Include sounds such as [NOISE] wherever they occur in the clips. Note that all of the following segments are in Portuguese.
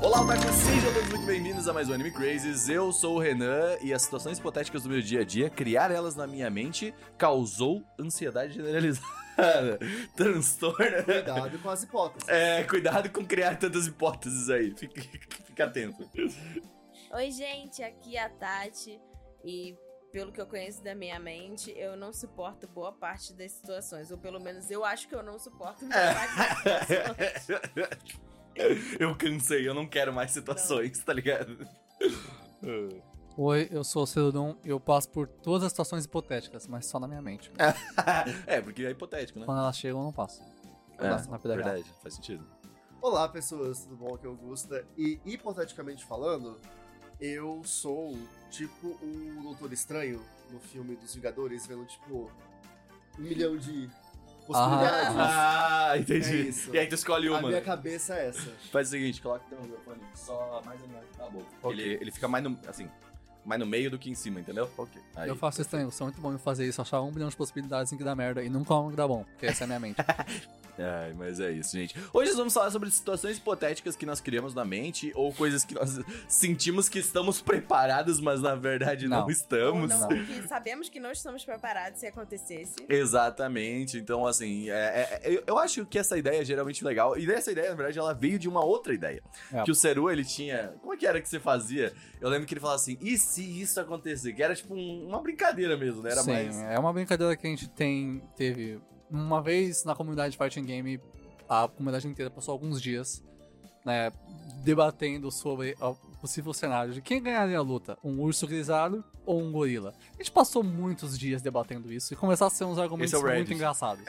Olá, otaku! Sejam todos muito bem-vindos a mais um Anime Crazes. Eu sou o Renan e as situações hipotéticas do meu dia a dia, criar elas na minha mente, causou ansiedade generalizada. [LAUGHS] Transtorno. Cuidado com as hipóteses. É, cuidado com criar tantas hipóteses aí. [LAUGHS] Fica, fica atento. [LAUGHS] Oi, gente, aqui é a Tati e pelo que eu conheço da minha mente, eu não suporto boa parte das situações, ou pelo menos eu acho que eu não suporto boa parte das [LAUGHS] situações. Eu cansei, eu não quero mais situações, tá ligado? [LAUGHS] Oi, eu sou o Celudon e eu passo por todas as situações hipotéticas, mas só na minha mente. é, porque é hipotético, né? Quando elas chegam, eu não passo. Eu passo na vida real. É, verdade, faz sentido. Olá, pessoas, tudo bom? Aqui é o Augusta. E, hipoteticamente falando, eu sou tipo o Doutor Estranho no filme dos Vingadores, vendo, tipo, um milhão de possibilidades. Ah, entendi. É isso. E aí tu escolhe A uma. né? minha cabeça é essa. Faz o seguinte, coloca teu microfone só mais ou menos na boca. Ok. Ele, ele fica mais no, assim, mais no meio do que em cima, entendeu? Ok. Eu faço estranho, sou muito bom em fazer isso, achar um milhão de possibilidades em que dá merda e nunca uma que dá bom, porque essa é a minha mente. Ai, mas é isso, gente. Hoje nós vamos falar sobre situações hipotéticas que nós criamos na mente ou coisas que nós [LAUGHS] sentimos que estamos preparados, mas na verdade não, Não. Ou estamos. não, porque sabemos que não estamos preparados se acontecesse. Exatamente, então assim, é- é- eu, eu acho que essa ideia é geralmente legal, e essa ideia, na verdade, ela veio de uma outra ideia, É. que o Seru, ele tinha, como é que era que você fazia? Eu lembro que ele falava assim, e se isso acontecer? Que era tipo um- uma brincadeira mesmo, né? Era Sim, mais... é uma brincadeira que a gente tem, teve uma vez na comunidade de Fighting Game, a comunidade inteira passou alguns dias, né, debatendo sobre o possível cenário de quem ganharia a luta, um urso grisalho ou um gorila. A gente passou muitos dias debatendo isso e começaram a ser uns argumentos Esse é o Reddit. muito engraçados.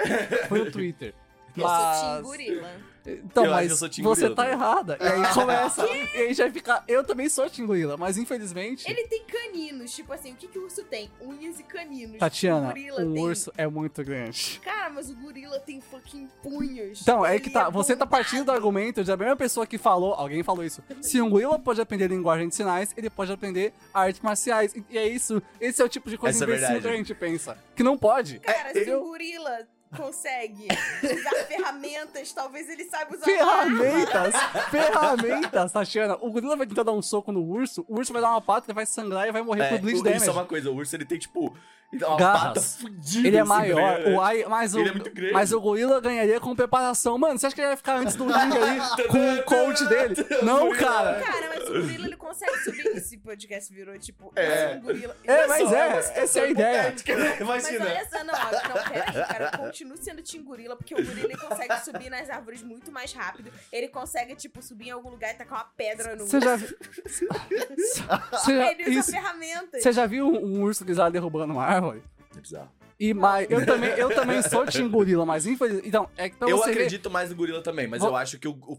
Foi o Twitter. [LAUGHS] Eu sou Mas... Tim Gorila. Então, Eu acho que eu mas sou Tim você Gorila tá também. errada. E [LAUGHS] aí começa. e aí já fica. Eu também sou Tinguila, mas infelizmente. Ele tem caninos, tipo assim, o que, que o urso tem? Unhas e caninos. o Tatiana, é gorila o tem... urso é muito grande. Cara, mas o gorila tem fucking punhos. Então, é Ele que tá. Você tá bombado. partindo do argumento de a mesma pessoa que falou, alguém falou isso. Se um gorila pode aprender linguagem de sinais, ele pode aprender artes marciais. E- E é isso. Esse é o tipo de coisa Essa é imbecil que a verdade. gente pensa. Que não pode. Cara, se tá- é, eu- um gorila consegue [LAUGHS] usar ferramentas, talvez ele saiba usar Ferramentas! ferramentas, Tatiana. O gorila vai tentar dar um soco no urso, o urso vai dar uma pata, ele vai sangrar e vai morrer É, por bleed o- damage. isso é uma coisa, o urso ele tem tipo, ele dá uma Garras. pata fudida. Ele é assim, né? maior, o Ai, mas, o, Ele é muito grande. [LAUGHS] mas o Gorila ganharia com preparação. Mano, você acha que ele vai ficar antes do ringue ali com o coach [LAUGHS] dele? Não, cara. Cara, mas o gorila ele consegue subir. Esse podcast virou tipo. É. É, um gorila. É, Olha mas só, é, essa é a ideia. Vai Mas é se não. olha só, não, ó, não, peraí, cara, continua sendo Tim Gorila, porque o gorila ele consegue subir nas árvores muito mais rápido. Ele consegue, tipo, subir em algum lugar e tacar uma pedra no Você já, vi- você já, Ele usa isso- ferramentas. você já viu um, um urso grisalho derrubando uma árvore? É bizarro. E mas, eu, também, eu também sou Team Gorila, mas infelizmente. Então, é que pra Eu você ver- acredito mais no gorila também, mas Vou- eu acho que o- o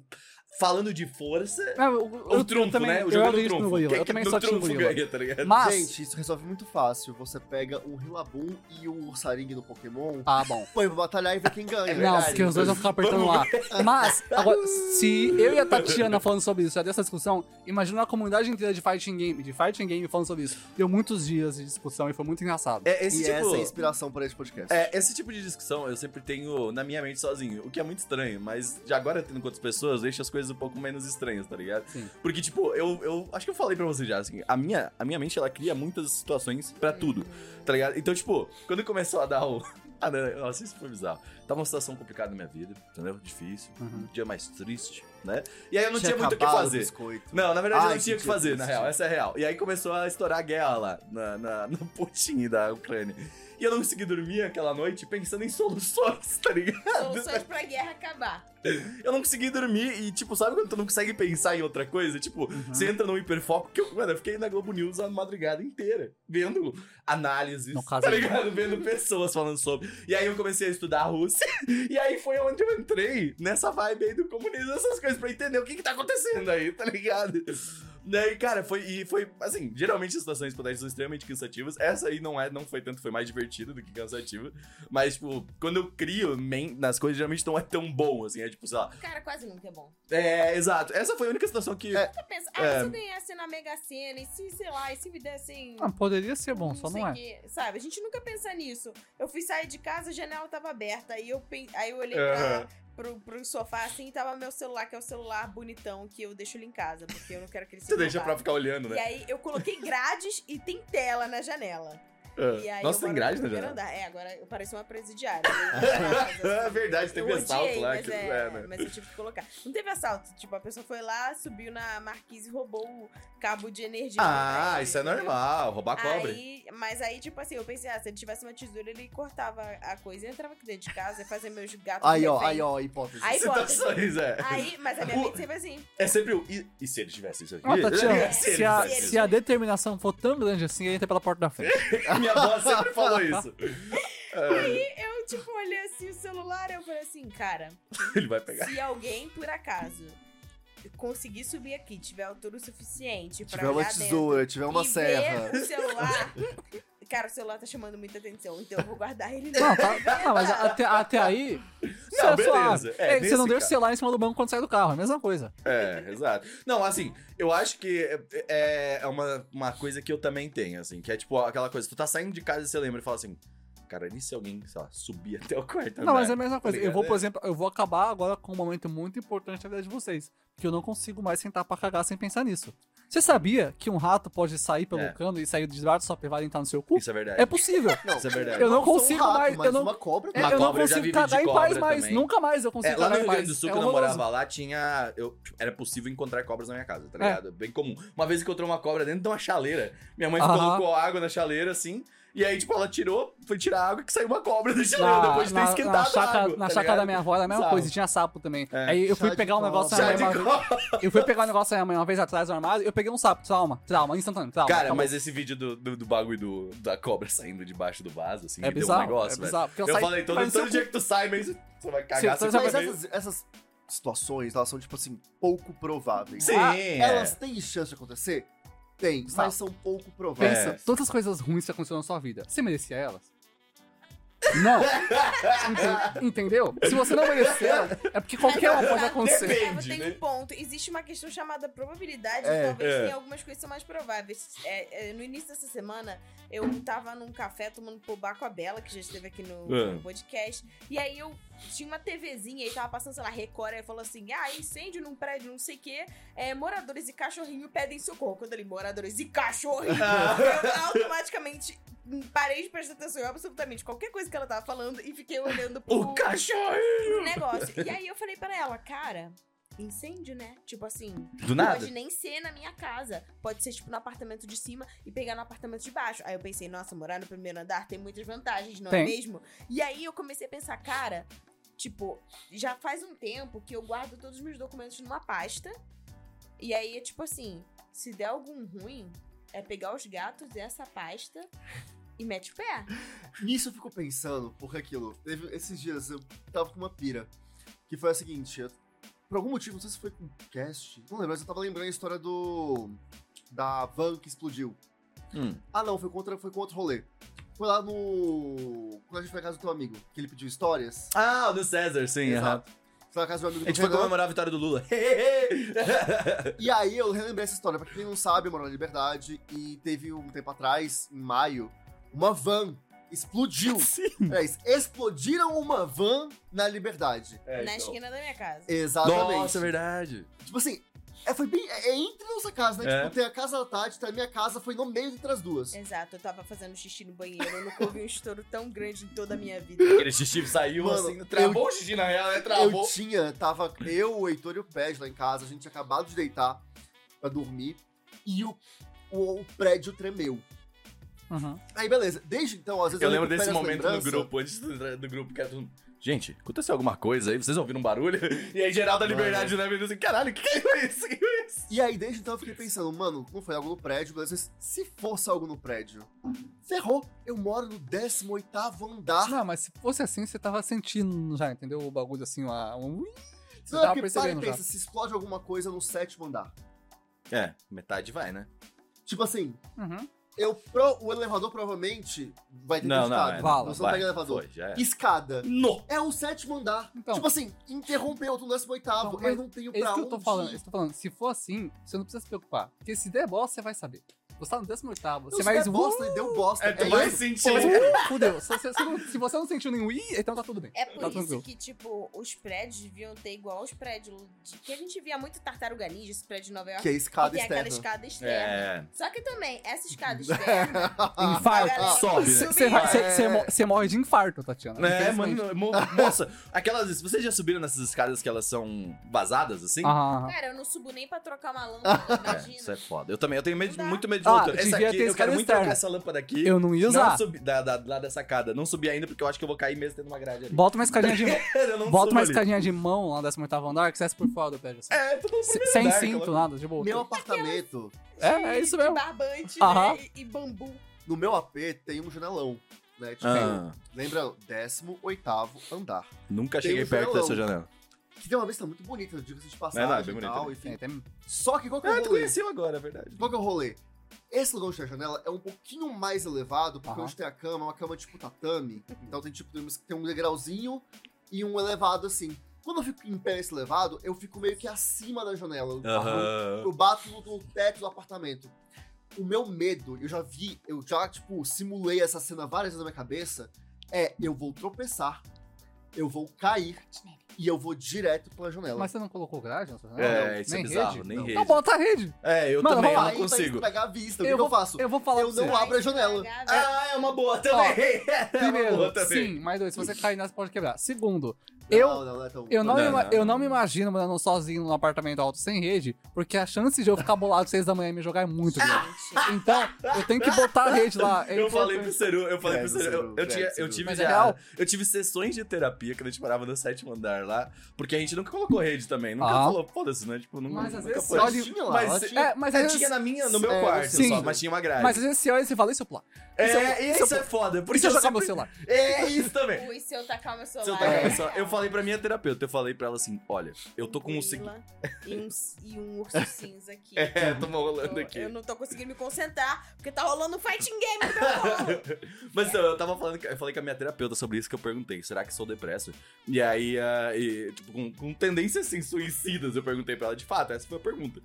falando de força, Não, eu- eu- O eu trunfo, também- né? O eu jogo do acredito trunfo. no Gorila. Quem Eu que também do sou Team trunfo Gorila. ganha, tá ligado? Mas. Gente, isso resolve muito fácil. Você pega um Rillaboom e um Ursaring no Pokémon, Ah, bom. põe pra batalhar e vê quem é ganha. É, Não, porque os dois vão ficar [LAUGHS] apertando lá. Mas, agora, se eu e a Tatiana falando sobre isso, já dessa discussão, imagina uma comunidade inteira de fighting game, de fighting game falando sobre isso. Deu muitos dias de discussão e foi muito engraçado. É, esse E tipo... essa é a inspiração para esse podcast. é, esse tipo de discussão eu sempre tenho na minha mente sozinho, o que é muito estranho, mas já agora tendo com outras pessoas, deixa as coisas um pouco menos estranhas, tá ligado? Sim. Porque, tipo, eu, eu acho que eu falei pra você já, assim, a minha, a minha mente ela cria muitas situações pra tudo, tá ligado? Então, tipo, quando começou a dar o. [LAUGHS] Ah, não, nossa, isso foi bizarro. Tava uma situação complicada na minha vida, entendeu? Difícil, um Uhum. dia mais triste, né? E aí eu não tinha, muito o que acabado fazer. biscoito. Não, na verdade eu Ai, não tinha o que que fazer, triste. na real, essa é a real. E aí começou a estourar a guerra lá, na, na, [LAUGHS] no pontinho da Ucrânia. E eu não consegui dormir aquela noite pensando em soluções, [LAUGHS] tá ligado? Soluções é pra guerra acabar. [LAUGHS] Eu não consegui dormir e, tipo, sabe quando tu não consegue pensar em outra coisa? Tipo, Uhum. você entra num hiperfoco que eu, mano, eu fiquei na Globo News a madrugada inteira, vendo análises, No caso, tá eu- ligado? Vendo pessoas falando sobre. E aí eu comecei a estudar a Rússia, [LAUGHS] e aí foi onde eu entrei, nessa vibe aí do comunismo, essas coisas, pra entender o que que tá acontecendo aí, tá ligado? Daí, cara, foi. E foi, assim, geralmente as situações hipotéticas são extremamente cansativas. Essa aí não é, não foi tanto, foi mais divertida do que cansativa. Mas, tipo, quando eu crio men- nas coisas, geralmente não é tão bom, assim. É tipo, sei lá, Cara, quase nunca é bom. é, exato. Essa foi a única situação que. É. Você pensa, ah, É. se eu ganhasse na Mega Sena, e se, sei lá, e se me dessem. Ah, poderia ser bom, só sei não é. quê, sabe, a gente nunca pensa nisso. Eu fui sair de casa, a janela tava aberta, aí eu, pen- aí eu olhei Aham. pra, pro, pro sofá assim e tava meu celular, que é o celular bonitão que eu deixo ele em casa, porque eu não quero que [LAUGHS] ele se Você deixa pra roubado. ficar olhando, E né? aí eu coloquei grades e tem tela na janela. [LAUGHS] E Ah. aí Nossa, eu tem moro grade no na primeiro janela. andar. É, agora eu pareço uma presidiária. né? [LAUGHS] Então, É [LAUGHS] verdade, teve assim, eu assalto odiei, lá. Mas, que- é, é, né? mas eu tive que colocar. Não teve assalto. Tipo, a pessoa foi lá, subiu na marquise e roubou o cabo de energia. do Ah, prédio, isso é entendeu? normal, roubar cobre. né? Aí, mas aí, tipo assim, eu pensei, ah, se ele tivesse uma tesoura, ele cortava a coisa e entrava aqui dentro de casa e fazia meus gatos. Aí, ó, refém. aí, ó, hipótese. Aí- bota. Situações, é. Aí, mas a minha O- mente sempre assim. É sempre o. E, e se ele tivesse isso aqui? Ah, [LAUGHS] Tatiana, É, se ele se a, tivesse se a determinação for tão grande assim, ele entra pela porta [LAUGHS] da frente. isso? Minha avó sempre falou [LAUGHS] isso. É, Eu, tipo, olhei assim o celular, eu falei assim, cara, ele vai pegar. se alguém, por acaso, conseguir subir aqui, tiver altura o suficiente pra tiver uma olhar tesoura, tiver dentro uma e [LAUGHS] serra. ver o celular... Cara, o celular tá chamando muita atenção, então eu vou [LAUGHS] guardar ele. Não, tá, não, mas até, até aí. isso é beleza. suave. É, É, que você nesse não deixa o caso. celular em cima do banco quando sai do carro, é a mesma coisa. É, exato. Não, assim, eu acho que é- é, é uma, uma coisa que eu também tenho, assim, que é tipo aquela coisa, tu tá saindo de casa e você lembra e fala assim, cara, e se alguém, sei lá, subir até o quarto Não, andar? mas é a mesma coisa. Eu ligado? vou, por exemplo, eu vou acabar agora com um momento muito importante na vida de vocês. Que eu não consigo mais sentar pra cagar sem pensar nisso. Você sabia que um rato pode sair pelo É. cano e sair de debaixo da sua privada e entrar no seu cu? Isso é verdade. É possível. Isso é verdade. Eu não sou um consigo rato, mais. mas Eu não, uma cobra. é, Uma eu não cobra, eu já consigo vivi de cagar em cobra paz mais. também. Nunca mais eu consigo É, lá no cagar Rio em Grande do paz. Sul, É que eu horroroso. namorava lá, tinha. Eu, tipo, era possível encontrar cobras na minha casa, tá É. ligado? Bem comum. Uma vez encontrei uma cobra dentro de uma chaleira. Minha mãe Aham. colocou água na chaleira, assim. E aí, tipo, ela tirou, foi tirar a água que saiu uma cobra da chaleira, Na, depois de ter Ah, na, esquentado na a chácara, água. tá na chácara da ligado? minha avó era a mesma Sabe? coisa, e tinha sapo também. É. Aí Chá eu fui de pegar um cobra. negócio da Chá minha mãe. de uma- cobra. Eu fui pegar um negócio da minha mãe uma vez atrás do armário, eu peguei um sapo, trauma, trauma, instantâneo, trauma. Cara, acabou. mas esse vídeo do, do, do bagulho do, da cobra saindo debaixo do vaso, assim, é me bizarro, deu um negócio, é bizarro. Porque velho. saí- Eu falei, todo, mas todo eu- dia que tu sai, mas você vai cagar, Você- você, você vai Mas ver. essas, essas situações, elas são, tipo assim, pouco prováveis. Sim, Ah, é. Elas têm chance de acontecer? Tem, Tá. mas são pouco prováveis. Pensa, É. [LAUGHS] todas as coisas ruins que aconteceram na sua vida, você merecia elas? Não! Enten- entendeu? Se você não merecer, elas, é porque qualquer uma pode acontecer. Depende, tem né? um ponto. Existe uma questão chamada probabilidade, É, e talvez é. tenha algumas coisas que são mais prováveis. É, é, no início dessa semana, eu tava num café tomando pobá com a Bela, que já esteve aqui no, É. no podcast. E aí eu tinha uma TVzinha e tava passando, sei lá, Record, aí falou assim: ah, incêndio num prédio, não sei o quê. É, moradores e cachorrinho pedem socorro. Quando eu li moradores e [LAUGHS] cachorrinho, eu automaticamente. Parei de prestar atenção em absolutamente qualquer coisa que ela tava falando e fiquei olhando pro, O cachorro! pro negócio. E aí eu falei pra ela, cara, incêndio, né? Tipo assim, Do nada. pode nem ser na minha casa. Pode ser, tipo, no apartamento de cima e pegar no apartamento de baixo. Aí eu pensei, nossa, morar no primeiro andar tem muitas vantagens, não é Tem. mesmo? E aí eu comecei a pensar, cara, tipo, já faz um tempo que eu guardo todos os meus documentos numa pasta. E aí é tipo assim, se der algum ruim, é pegar os gatos dessa pasta e mete o pé. Nisso eu fico pensando, porque aquilo, teve esses dias eu tava com uma pira, que foi a seguinte, eu- por algum motivo, não sei se foi com cast, não lembro, mas eu tava lembrando a história do... da van que explodiu. Hum. Ah não, foi contra, foi contra o rolê. Foi lá no... quando a gente foi na casa do teu amigo, que ele pediu histórias. Ah, o do César, sim. aham. Foi na casa do amigo A do gente foi Renan. comemorar a vitória do Lula. [LAUGHS] É, Hehehe. E aí eu relembrei essa história, pra quem não sabe, eu moro na Liberdade, e teve um tempo atrás, em maio, uma van explodiu. [LAUGHS] Aliás, explodiram uma van na Liberdade. É, na então. esquina da minha casa. Exatamente. Nossa, é verdade. Tipo assim, é, foi bem. É, é entre nossa casa, né? É. Tipo, tem a casa da Tati, tem a minha casa, foi no meio entre as duas. Exato, eu tava fazendo xixi no banheiro, eu nunca ouvi um estouro tão grande em toda a minha vida. Aquele xixi saiu Mano, assim, travou o xixi na real, né? eu Travou. tinha, tava eu, o Heitor e o Pés lá em casa, a gente tinha acabado de deitar pra dormir e o, o, o prédio tremeu. Uhum. Aí beleza, desde então, às vezes Eu lembro recupero desse essa momento no lembrança. grupo, antes do, do grupo, que era tudo. Gente, aconteceu alguma coisa aí? Vocês ouviram um barulho? [LAUGHS] E aí, geral da liberdade, né? Vendo assim, caralho, o que, que é isso? Que que é isso? E aí, desde então, eu fiquei pensando, mano, não foi algo no prédio, mas às vezes, se fosse algo no prédio, ferrou. Eu moro no 18 andar. Não, mas se fosse assim, você tava sentindo já, entendeu? O bagulho assim, lá. um- Você Não, tava porque para e percebendo já. pensa, se explode alguma coisa no sétimo andar. É, metade vai, né? Tipo assim, Uhum. Eu pro- o elevador provavelmente vai ter Não, não, estado. é, não, Você não vai, pega elevador. Foi, já é. Escada. No! É o sétimo andar. Então. Tipo assim, interrompeu, eu tô no décimo oitavo. Não, mas eu não tenho pra É isso que onde eu tô falando, ir. eu tô falando. Se for assim, você não precisa se preocupar. Porque se der bola, você vai saber. Você tá no 18, você Os vai. caras bosta e deu bosta. É, tu é vai isso. sentir. Uh, [LAUGHS] Fudeu. Se você, se não- se você não sentiu nenhum i, então tá tudo bem. É por Tá isso tranquilo. que, tipo, os prédios deviam ter igual os prédios de- que a gente via muito Tartaruga Ninja, esse prédio de Nova York. Que é escada tem aquela externa. escada externa. É. Só que também, essa escada [LAUGHS] externa. Infarto. Ah, a galera Ah, sobe, né? subia. Você vai- você- você É. mo- você morre de infarto, Tatiana. É, infelizmente. mano, mo- moça, aquelas. Vocês já subiram nessas escadas que elas são vazadas, assim? Aham. Cara, eu não subo nem pra trocar uma lâmpada, É, isso imagina. é foda. Eu também, eu tenho medo, Não dá. muito medo de Ah, motor. Essa devia aqui, ter eu quero escada muito trocar externa. essa lâmpada aqui. Eu não ia Não usar. subi, da, da, lá da sacada. Não subi ainda, porque eu acho que eu vou cair mesmo tendo uma grade ali. Bota uma escadinha de mão. [LAUGHS] eu não Bota subo uma ali. escadinha de mão lá no 18 andar que você desce por fora do prédio. assim. É, tu não Se- primeiro Sem andar, cinto, coloca- nada, de boa. Meu apartamento, É, é isso mesmo. De barbante, Aham. né? E, e bambu. no meu AP, tem um janelão. Né? Tipo, Ah, lembra, 18 andar. nunca Tem cheguei um perto janelão. dessa janela. Que tem uma vista muito bonita, eu digo-se de Não é nada, passagem bem e bonita, tal, né? É, enfim. tem- Só que qual que é Ah, o tu rolê? conheceu agora, é verdade. Qual que é o rolê? Esse lugar onde tem a janela é um pouquinho mais elevado, porque Aham. onde tem a cama é uma cama tipo tatame. Então tem tipo tem uns- tem um degrauzinho e um elevado assim. Quando eu fico em pé nesse elevado, eu fico meio que acima da janela. Eu, Aham. eu bato no, no teto do apartamento. O meu medo, eu já vi, eu já, tipo, simulei essa cena várias vezes na minha cabeça, é eu vou tropeçar, eu vou cair e eu vou direto pela janela. Mas você não colocou grade? Não, É, isso é nem bizarro, rede. nem Não. rede. Então bota a rede. É, eu Mano, então, também, eu não Aí vai consigo. estragar a vista, o que Eu que eu vou- faço? Eu vou falar Eu pra não você. abro a janela. Ah, é uma boa Ó, também. Primeiro, outra vez. sim, mais dois. Se você cair nessa, pode quebrar. Segundo, Não, eu- não, não é tão- eu não, Não, me, ima- não, eu não. não me imagino morando sozinho num apartamento alto sem rede, porque a chance de eu ficar bolado às seis da manhã e me jogar é muito grande. Então, eu tenho que botar a rede lá. É [LAUGHS] [LAUGHS] Eu falei pro importante. Seru, eu falei Credo, pro Seru, eu, Seru, eu, credo, tinha, eu Seru. tive Mas é já- real? eu tive sessões de terapia quando a gente morava no sétimo andar lá, porque a gente nunca colocou rede também, nunca Ah. falou, foda-se, né, tipo, nunca, Mas às nunca vezes foi. só Mas tinha lá, mas- ela é, tinha- É, mas É, às vezes- tinha na minha, no meu É, quarto sim. só, mas tinha uma grade. Mas às vezes você olha e você fala, isso é pular. é, isso isso é- é, isso é- foda, porque Isso eu eu jogar sempre- meu celular. É, isso [LAUGHS] também. Ui, se eu tacar meu Se eu celular. tava- é só- Eu falei pra minha terapeuta, eu falei pra ela assim, olha, eu tô com um... segui- gorila E um, e um urso cinza aqui. [LAUGHS] É, tô Eu- rolando aqui. Eu não tô conseguindo me concentrar, porque tá rolando um fighting game no meu colo. [LAUGHS] Mas então, eu tava falando, eu falei com a minha terapeuta sobre isso que eu perguntei, será que sou depresso? E aí, ah, e, tipo, com, com tendências assim, suicidas, eu perguntei pra ela, de fato, essa foi a pergunta.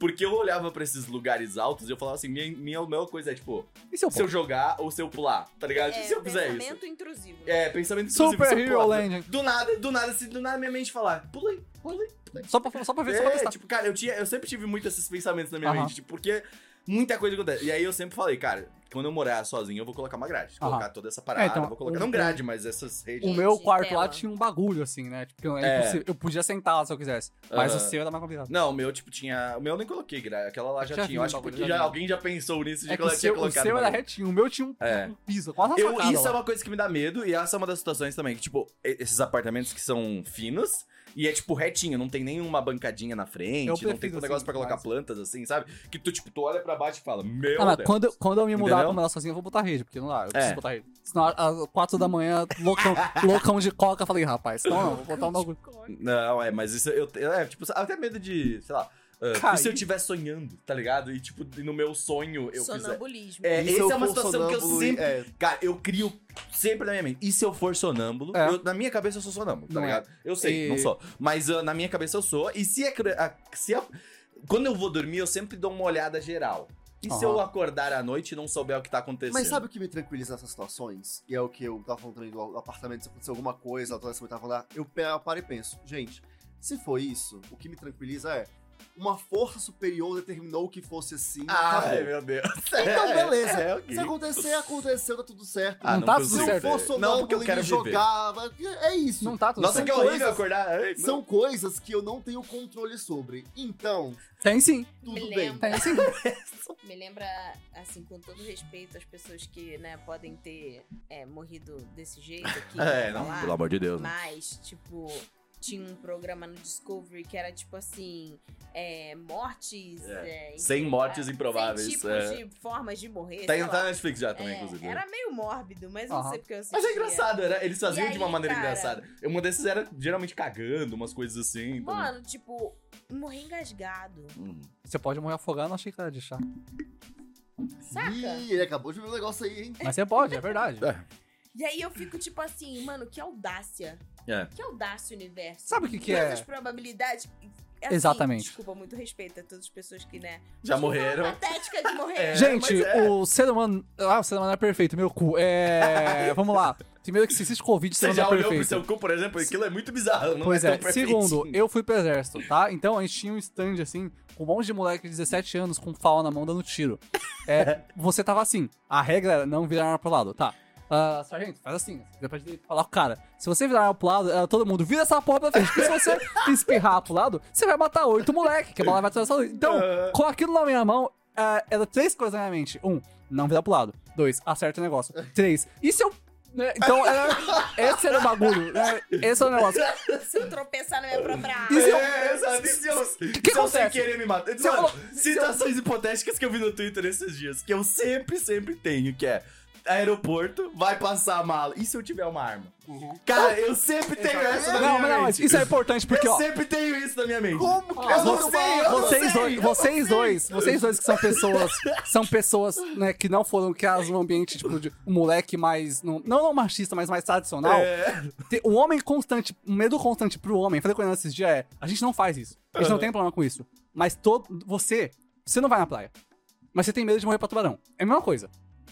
Porque eu olhava pra esses lugares altos e eu falava assim, minha, minha, minha coisa é, tipo, Isso é se eu pular. jogar ou se eu pular, tá ligado? É, se eu fizer isso. pensamento intrusivo. É, pensamento intrusivo, Super se eu Hero pular. Landing. Do nada, do nada, assim, do nada minha mente falar, pulei, pulei. Só pra, só pra ver, só pra É, testar. tipo, cara, eu, tinha, eu sempre tive muito esses pensamentos na minha Aham. mente, tipo, porque muita coisa acontece. E aí eu sempre falei, cara, quando eu morar sozinho, eu vou colocar uma grade. Aham. Colocar toda essa parada, É, então, vou colocar. um- não grade, mas essas redes. O Gente, meu quarto lá tela. tinha um bagulho, assim, né? Tipo, que não tipo, É. é. impossível. Eu podia sentar lá se eu quisesse. Mas o Aham. seu era mais complicado. Não, o meu, tipo, tinha. O meu eu nem coloquei grade. Aquela lá Eu já, já tinha. vi Eu um acho que bagulho, porque já já, vi. alguém já pensou nisso de É que que o ela tinha seu, o colocado. seu uma era grade. retinho, o meu tinha um, É. um piso, quase na Eu- sacada isso é lá. uma coisa que me dá medo, e essa é uma das situações também, que, tipo, e- esses apartamentos que são finos, e é, tipo, retinho, não tem nenhuma bancadinha na frente, Eu não tem prefiro todo negócio assim, pra colocar quase. plantas, assim, sabe? Que tu, tipo, tu olha pra baixo e fala, meu Ah, mas Deus. quando, eu- quando eu me mudar Entendeu? pra morar sozinho, eu vou botar rede, porque não dá, eu É. preciso botar rede. Senão, às quatro da manhã, [LAUGHS] loucão, loucão de coca, eu falei, rapaz, então não, vou botar um bagulho. Não, é, mas isso eu. te- É, tipo, até medo de, sei lá. ah, Cair. e se eu estiver sonhando, tá ligado? E, tipo, e no meu sonho eu fizer. Sonambulismo. É, E se essa eu é uma for situação que eu sonâmbulo e- sempre. é, Cara, eu crio sempre na minha mente. E se eu for sonâmbulo? É. Eu- na minha cabeça eu sou sonâmbulo, tá Não é. ligado? Eu sei, E- não sou. Mas ah, na minha cabeça eu sou. E se, a, cre- a- se a- Quando eu vou dormir, eu sempre dou uma olhada geral. E se Aham. eu acordar à noite e não souber o que tá acontecendo? Mas sabe o que me tranquiliza nessas situações? E é o que eu tava falando também do apartamento, se aconteceu alguma coisa, a situação tava lá, ah, eu pe- eu paro e penso, gente, se foi isso, o que me tranquiliza é uma força superior determinou que fosse assim. Ai, acabou. meu Deus. Então, beleza. Ah, [LAUGHS] É, ok. Se acontecer, aconteceu, tá tudo certo. Ah, Não não, tá consigo. tudo se eu certo. for Não, sonâmbulo porque eu e quero me viver. jogava, é isso. Não tá tudo Nossa, certo. que São horrível coisas- acordar. Ai, não. São coisas que eu não tenho controle sobre. Então, Tem sim, tudo Me bem. lembra, tem sim. [LAUGHS] me lembra, assim, com todo respeito às pessoas que, né, podem ter é, morrido desse jeito aqui. [LAUGHS] É, vou não, falar. pelo amor de Deus. né? Mas, tipo, tinha um programa no Discovery que era tipo assim: é, mortes. É. É. Sem mortes ah, improváveis, Sem tipos é. de formas de morrer. Tá sei em- lá. tá na Netflix já também, É, inclusive. era meio mórbido, mas não Aham. sei porque eu assisti. Mas é engraçado, era, eles faziam E de uma aí, maneira cara? engraçada. Uma dessas era geralmente cagando, umas coisas assim. então- Mano, tipo, morrer engasgado. Hum. Você pode morrer afogado na xícara de chá. Saca? Ih, ele acabou de ver um negócio aí, hein? Mas você pode, é verdade. E aí eu fico tipo assim, mano, que audácia. É. Que audácia, universo. Sabe o que que Quantas é? probabilidades. assim, Exatamente. Desculpa, muito respeito a todas as pessoas que, né? Já mas morreram. Uma patética de morrer. É, [LAUGHS] Gente, mas é. o ser humano. Ah, o ser humano é perfeito, meu cu. É. Vamos lá. Primeiro que se existe Covid, o ser Você humano já é olhou pro perfeito. seu cu, por exemplo? Aquilo é muito bizarro, não Pois é, é, tão perfeito. segundo, eu fui pro exército, tá? Então a gente tinha um stand assim, com um monte de moleque de 17 anos com pau na mão dando tiro. É, você tava assim, a regra era não virar a arma pro lado, tá? Ah, sargento, faz assim, vira pra direita, falar com o cara. Se você virar a arma pro lado, ah, todo mundo vira essa porra pra frente, porque se você espirrar pro lado, você vai matar oito moleque, que a bala vai atravessar a luz. Então, Ah. com aquilo na minha mão, ah, era três coisas na minha mente. Um, não virar pro lado. Dois, acerta o negócio. Três, e se eu... né? Então, era- esse era o bagulho, né? Esse era o negócio. Se eu tropeçar [LAUGHS] na minha própria E arma. se eu- É, exato. E se eu, um- [LAUGHS] que se eu um sem acontece? querer me matar. Se eu Mano, colo- se citações hipotéticas que eu vi no Twitter esses dias, que eu sempre, sempre tenho, que é aeroporto, vai passar a mala. E se eu tiver uma arma? Cara, eu sempre tenho essa na Não, minha mas não, mas mente. isso é importante porque, eu ó. sempre tenho isso na minha mente. Como que Eu não eu sei, eu não Vocês sei, dois, eu vocês não sei. dois, vocês dois que são pessoas, são pessoas, né, que não foram criadas num ambiente, tipo, de um moleque mais, não, não não machista, mas mais tradicional. É. Ter- O homem constante, o medo constante pro homem, falei com ele esses dias, é, a gente não faz isso, a gente não Aham. tem problema com isso, mas todo, você, você não vai na praia, mas você tem medo de morrer pra tubarão, é a mesma coisa,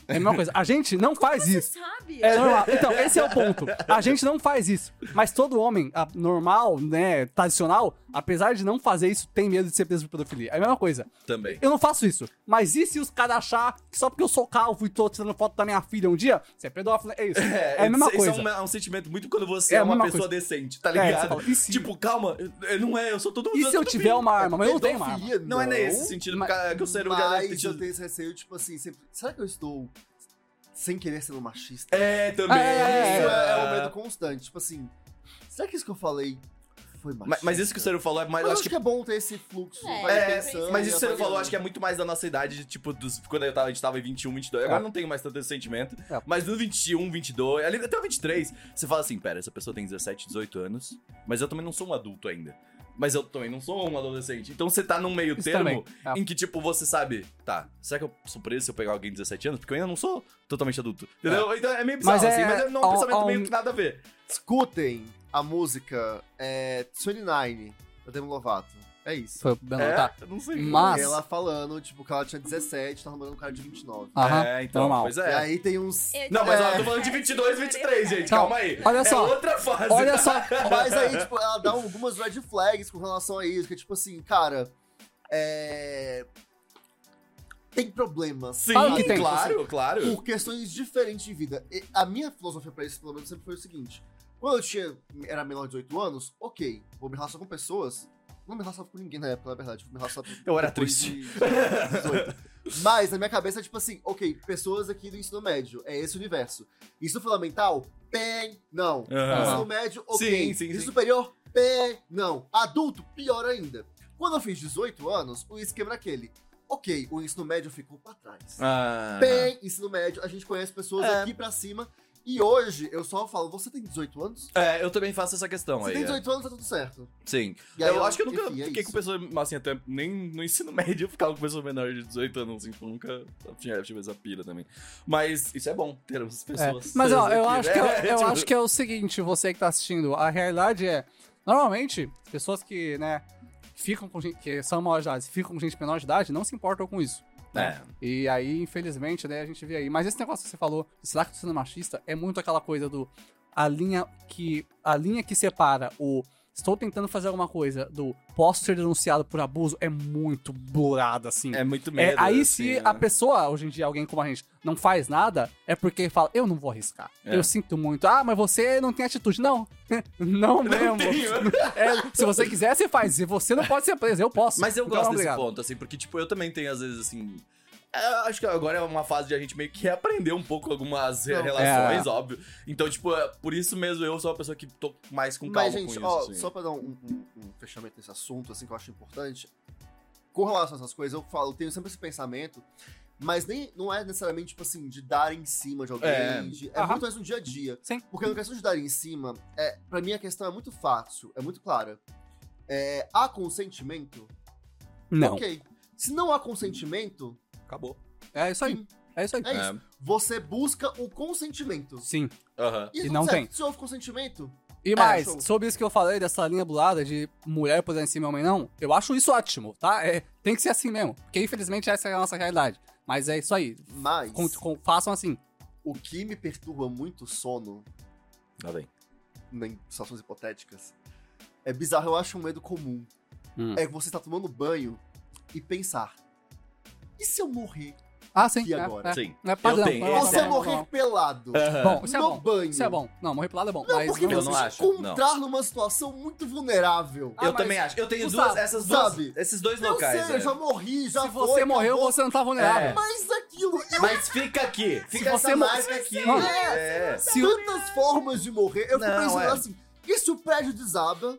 é a mesma coisa, a gente não faz Você isso. sabe? É normal. Então, esse é o ponto. A gente não faz isso. Mas todo homem a- normal, né, tradicional, apesar de não fazer isso, tem medo de ser preso por pedofilia. É a mesma coisa. Também. Eu não faço isso. Mas e se os caras achar que só porque eu sou calvo e tô tirando foto da minha filha um dia, você é pedófilo? É isso. É, a mesma isso- isso coisa. [LAUGHS] É um, é um sentimento muito quando você é, É a uma mesma pessoa coisa. decente, tá É, ligado? você fala, e se- tipo, calma, eu- eu não é, eu sou todo mundo. E se eu todo tiver mundo. uma arma? Mas eu não tenho uma arma. Pedofilia, Não, é nesse sentido, mas- porque que o ser humano é já deve ter Mas eu tido. tenho esse receio, tipo assim, sempre- será que eu estou sem querer sendo machista? É, também. Ah, é, Isso é, isso um medo constante. Tipo assim, será que isso que eu falei foi machista? Mas, mas isso que o Ciro falou é mais. Mas Eu eu acho que. é bom ter esse fluxo. É, vai É, pensando, mas isso que você vai falou, avaliando. acho que é muito mais da nossa idade, de, tipo, dos, quando eu tava, a gente tava em 21, 22. Agora eu não tenho mais tanto esse sentimento. É. Mas no 21, 22, ali, até o 23, você fala assim: pera, essa pessoa tem 17, 18 anos, mas eu também não sou um adulto ainda. Mas eu também não sou um adolescente. Então você tá num meio Isso termo também. É. em que, tipo, você sabe, tá, será que eu sou preso se eu pegar alguém de 17 anos? Porque eu ainda não sou totalmente adulto. Entendeu? Então é meio bizarro, Mas é- assim, mas é um ao- pensamento ao- meio que nada a ver. Escutem a música é, 29, da Demi Lovato. É isso. Foi bem É, tá. eu não sei. Mas- Ela falando, tipo, que ela tinha 17, tá namorando um cara de 29. Aham, é, então, normal. pois E é. aí tem uns... Eu Não, mas te- ó, eu tô [LAUGHS] falando de 22, 23, gente. Então, calma aí. É. olha é só. outra fase. Olha só, Mas aí, tipo, ela dá algumas red flags com relação a isso, que é tipo assim, cara, é... Tem problemas. Sim, Claro que tem. claro, claro. por questões diferentes de vida. E a minha filosofia pra isso, pelo menos, sempre foi o seguinte: quando eu tinha, era menor de 18 anos, ok, vou me relacionar com pessoas. Não me relacionava com ninguém na época, na verdade. Vou me relacionar com- Eu era depois triste. de 18. Mas na minha cabeça, é tipo assim, ok, pessoas aqui do ensino médio, é esse o universo. Ensino fundamental? Bem, não. Aham. Ensino médio, ok. Sim, sim, Ensino sim. superior? Bem, não. Adulto? Pior ainda. Quando eu fiz 18 anos, o esquema era aquele. Ok, o ensino médio ficou pra trás Ah. bem ensino médio, a gente conhece pessoas É. aqui pra cima. E hoje eu só falo, você tem 18 anos? É, eu também faço essa questão Você aí. tem é. 18 anos, tá tudo certo. Sim. E aí eu, acho que eu nunca enfim, é fiquei isso. com pessoa, assim, até nem no ensino [LAUGHS] médio eu ficava com pessoa menor de 18 anos, assim, tipo, eu nunca tinha, tive essa pira também. Mas isso é bom, ter essas É, pessoas. Mas ó, [LAUGHS] sérias eu, aqui, acho né? que é, eu Tipo, acho que é o seguinte, você que tá assistindo, a realidade é, normalmente, pessoas que, né, ficam com gente, que são maiores de idade, ficam com gente menor de idade, não se importam com isso. é, Né? E aí, infelizmente, né, a gente vê aí. Mas esse negócio que você falou, será que eu tô sendo machista? É muito aquela coisa do a linha que a linha que separa o estou tentando fazer alguma coisa do posso ser denunciado por abuso é muito burada assim. É, é muito É, medo. aí assim, se né? a pessoa, hoje em dia, alguém como a gente, não faz nada, é porque fala, eu não vou arriscar. É. Eu sinto muito. Ah, mas você não tem atitude. Não. [LAUGHS] não mesmo. tenho. [LAUGHS] É, se você quiser, você faz. Se você não pode ser preso, eu posso. Mas eu Então, gosto desse obrigado. ponto, assim, porque, tipo, eu também tenho, às vezes, assim. é, eu Acho que agora é uma fase de a gente meio que reaprender um pouco algumas re- Não. relações, É. óbvio. Então, tipo, é, por isso mesmo eu sou uma pessoa que tô mais com calma Mas, gente, com isso. ó, assim. só pra dar um, um- um fechamento nesse assunto, assim, que eu acho importante. Com relação a essas coisas, eu falo, tenho sempre esse pensamento, mas nem, não é necessariamente, tipo assim, de dar em cima de alguém. É. de- É, Aham. muito mais no dia a dia. Sim. Porque na questão de dar em cima, é, pra mim a questão é muito fácil, é muito clara. É, há consentimento? Não. Ok. Se não há consentimento, Acabou. É isso aí. É isso aí. É isso. Você busca o consentimento. Sim. Aham. E tudo não certo. tem. Se houve consentimento, E É, mais, show. sobre isso que eu falei dessa linha bulada de mulher poder em cima e homem não, eu acho isso ótimo, tá? É, tem que ser assim mesmo. Porque infelizmente essa é a nossa realidade. Mas é isso aí. Mas Com- com- façam assim. o que me perturba muito o sono, Tá bem. em situações hipotéticas, é bizarro, eu acho um medo comum. Hum. É você tá tomando banho e pensar. E se eu morrer? Ah, sim. E é, agora? É, Sim. Não é padrão. tenho, não eu é você padrão, morrer não. pelado. Bom, isso é no bom. banho. Isso é bom. Não, morrer pelado é bom. Não, mas porque eu você não se acho, não. encontrar numa situação muito vulnerável. Ah, eu mas- também acho. Eu tenho Gustavo, duas, essas duas, sabe? esses dois eu locais. sei, eu é. já morri, já se foi. você morreu, acabou. você não tá vulnerável. É. Mas aquilo, eu Mas fica aqui. Fica você essa mo- marca aqui. Não. É. Se o- tantas formas de morrer. Eu fico Não, pensando é. assim, e se o prédio desaba?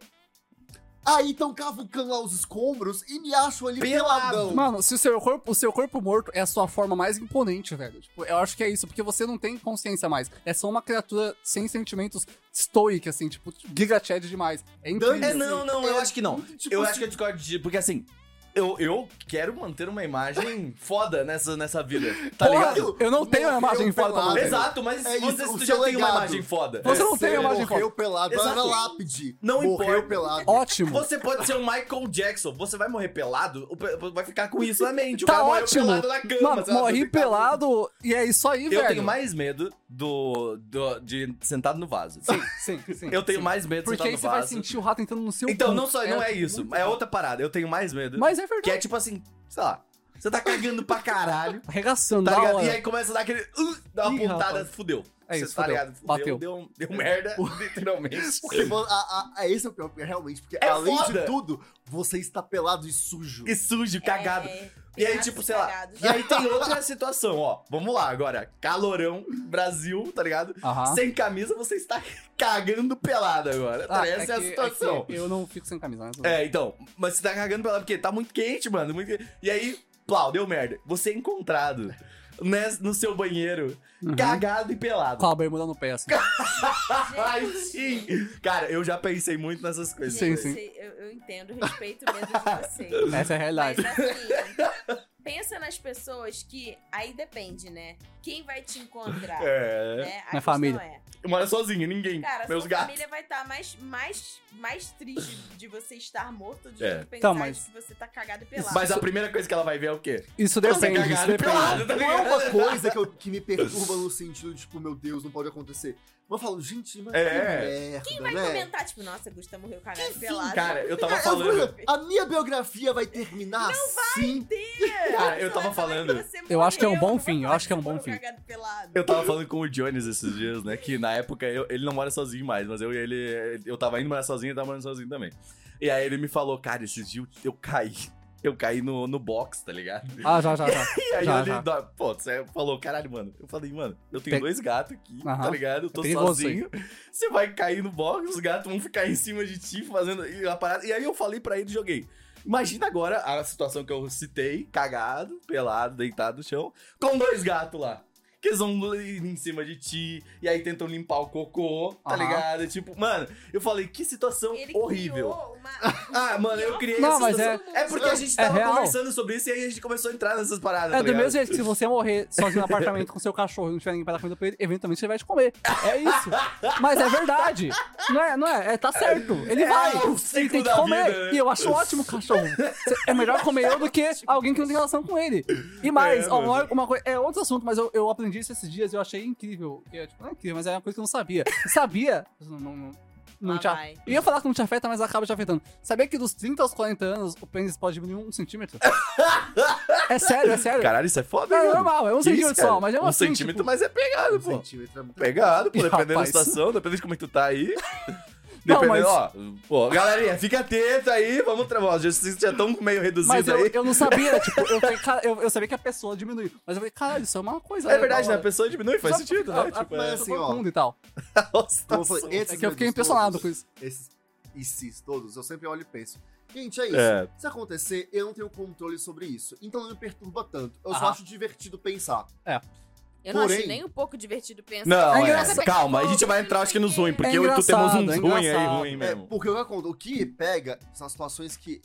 Aí estão cavucando lá os escombros e me acham ali Pelado. peladão. Mano, se o seu corpo, o seu corpo morto é a sua forma mais imponente, velho. Tipo, eu acho que é isso, porque você não tem consciência mais. É só uma criatura sem sentimentos estoica, assim, tipo, gigachad demais. É incrível. É, não, não, eu acho que não. Tipo eu assim, acho que eu discordo de. Porque assim, eu, eu quero manter uma imagem [LAUGHS] foda nessa, nessa vida. Tá Porra, ligado? Eu não tenho uma Morreu imagem foda pra pelado. manter. Exato, mas É vamos isso, dizer o se tu já seu tem uma legado. É imagem foda. Você não tem você a imagem morreu pelado, Exato. era na lápide. Não morreu importa. pelado. Ótimo. Você pode ser o Michael Jackson, você vai morrer pelado, o pe- vai ficar com isso na mente. O Tá cara morreu ótimo. pelado na cama. Mano, sei lá, morri vai ficar- pelado e é isso aí, Eu velho. tenho mais medo do, do de sentado no vaso. [LAUGHS] Sim, sim, sim. Eu tenho mais medo de Porque sentado aí no você vai vaso. sentir o rato entrando no seu Então, cu. não, só, não é isso, muito é bom. outra parada. Eu tenho mais medo. Mas é verdade. Que é tipo assim, sei lá, você tá cagando pra caralho, Arregaçando, tá da ligado? hora. E aí começa a dar aquele. Uh, dá uma Ih, pontada, rapaz. fudeu. É Você isso, tá fudeu. ligado? Fudeu, Bateu. Deu, um, deu merda, [LAUGHS] literalmente. Porque, mano, a, a, a- esse é o pior, porque realmente, porque É além foda. de tudo, você está pelado e sujo. E sujo, cagado. É, E aí, gatos tipo, sei lá. cagados. E aí tem outra situação, ó. Vamos lá agora. Calorão, Brasil, tá ligado? Aham. Sem camisa, você está cagando pelado agora. tá Ah, ligado? Essa é, que- a situação. que eu não fico sem camisa, né? É, então, mas você tá cagando pelado porque tá muito quente, mano. Muito quente. E aí, plau, deu merda. Você é encontrado nes- no seu banheiro, Uhum. cagado e pelado. Com a bermuda no pé, assim. [LAUGHS] Ai, sim! Cara, eu já pensei muito nessas coisas. Sim, Sim, Gente, sim. Eu, eu entendo, respeito o medo de [LAUGHS] vocês. Essa é a Mas realidade. assim, [LAUGHS] pensa nas pessoas que. Aí depende, né? Quem vai te encontrar? É. Né? A Minha questão família. É. Eu moro sozinho, ninguém. Cara, a Meus sua gatos. família vai estar mais, mais, mais triste de você estar morto do É. que pensar Tá, mas- que você tá cagado e pelado. Mas a primeira coisa que ela vai ver é o quê? Isso Você depende, isso cagado e depende. pelado, tá Não é ligado? uma coisa que, eu- que me perturba no sentido de, tipo, meu Deus, não pode acontecer. Mas eu falo, gente, mas É. que merda, Vai né? comentar, tipo, nossa, Gusta morreu cagado e pelado. Cara, eu tava Eu falando. juro, a minha biografia vai terminar sim. É, Cara, eu Você tava vai falar falando. que você Eu acho que é um morreu, bom não vai fim, eu falar acho que é um você bom morreu fim. cagado e pelado. Eu tava falando com o Jones esses dias, né? Que na época eu- ele não mora sozinho mais, mas eu e ele. Eu tava indo morar sozinho e ele tava morando sozinho também. E aí ele me falou, cara, esses dias eu caí. Eu caí no, no box, tá ligado? Ah, já, já, já. E aí já, ele. já. dá- Pô, você falou, caralho, mano. Eu falei, mano, eu tenho Pe- dois gatos aqui, tá Aham. ligado? Eu tô É perigoso sozinho. Você vai cair no box, os gatos vão ficar em cima de ti fazendo e a parada. E aí eu falei pra ele e joguei. Imagina agora a situação que eu citei, cagado, pelado, deitado no chão, com dois gatos lá. Que eles vão ir em cima de ti, e aí tentam limpar o cocô, tá Aham. ligado? Tipo, mano, eu falei, que situação Ele horrível. criou uma- [LAUGHS] Ah, mano, eu criei Não, essa mas situação. é- porque a gente É tava real. conversando sobre isso e aí a gente começou a entrar nessas paradas. É tá do ligado? mesmo jeito que se você morrer sozinho no apartamento com seu cachorro e não tiver ninguém pra dar comida pra ele, eventualmente ele vai te comer. É isso. Mas é verdade. Não é, não é? é tá certo. Ele É vai. o ciclo Ele tem que da comer. vida, né? E eu acho ótimo o cachorro. É melhor comer eu do que alguém que não tem relação com ele. E mais, É, ó, mano. uma coisa. É outro assunto, mas eu, eu aprendi isso esses dias e eu achei incrível. Eu, tipo, não é incrível, mas é uma coisa que eu não sabia. Sabia. Não, não, não, não Lá te a- Ah, vai. eu ia falar que não te afeta, mas acaba te afetando. Sabia que dos 30 aos 40 anos o pênis pode diminuir um centímetro? é sério, é sério. Caralho, isso é foda, É mano. normal, é um Que centímetro isso, cara? só, mas é Um um assim, centímetro, tipo, mas é pegado, Um pô. centímetro é muito- Pegado, pô, dependendo Rapaz. da situação, dependendo de como é que tu tá [LAUGHS] aí. Não, Dependendo, mas- ó. Pô, galerinha, fica atento aí, vamos trabalhar. Vocês já estão meio Mas reduzidos eu, aí. eu não [LAUGHS] sabia, tipo, eu, falei, cara, eu, eu sabia que a pessoa diminui. Mas eu falei, caralho, isso é uma coisa. É verdade, né? A legal, pessoa diminui, faz Só- sentido, a- né? a- Tipo, mas é assim, Todo ó. mundo e tal. [LAUGHS] a Como eu situação. falei, esses É que eu fiquei medos impressionado com todos, isso. Esses e cis todos, eu sempre olho e penso. Gente, é isso. É. Se acontecer, eu não tenho controle sobre isso. Então não me perturba tanto. Eu só Aham. acho divertido pensar. Eu não Porém- acho nem um pouco divertido pensar. Não, É é, engraçado. calma, a gente vai entrar acho que nos ruins, porque É eu e tu temos uns engraçado, é ruins aí, engraçado. ruim É, mesmo. porque o que acontece? O que pega são as situações que.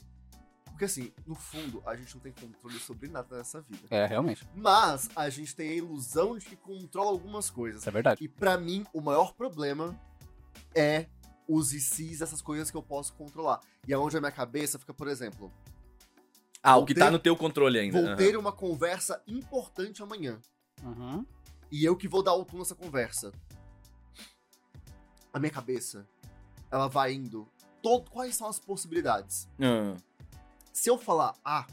Porque assim, no fundo, a gente não tem controle sobre nada nessa vida. É, realmente. Mas a gente tem a ilusão de que controla algumas coisas. Isso é verdade. E pra mim, o maior problema é os ICs, essas coisas que eu posso controlar. E é onde a minha cabeça fica, por exemplo, Ah, o que Voltei- tá no teu controle ainda. vou aham. ter uma conversa importante amanhã. Uhum. E eu que vou dar o tom nessa conversa. A minha cabeça, ela vai indo. Todo, quais são as possibilidades? Aham. Se eu falar A,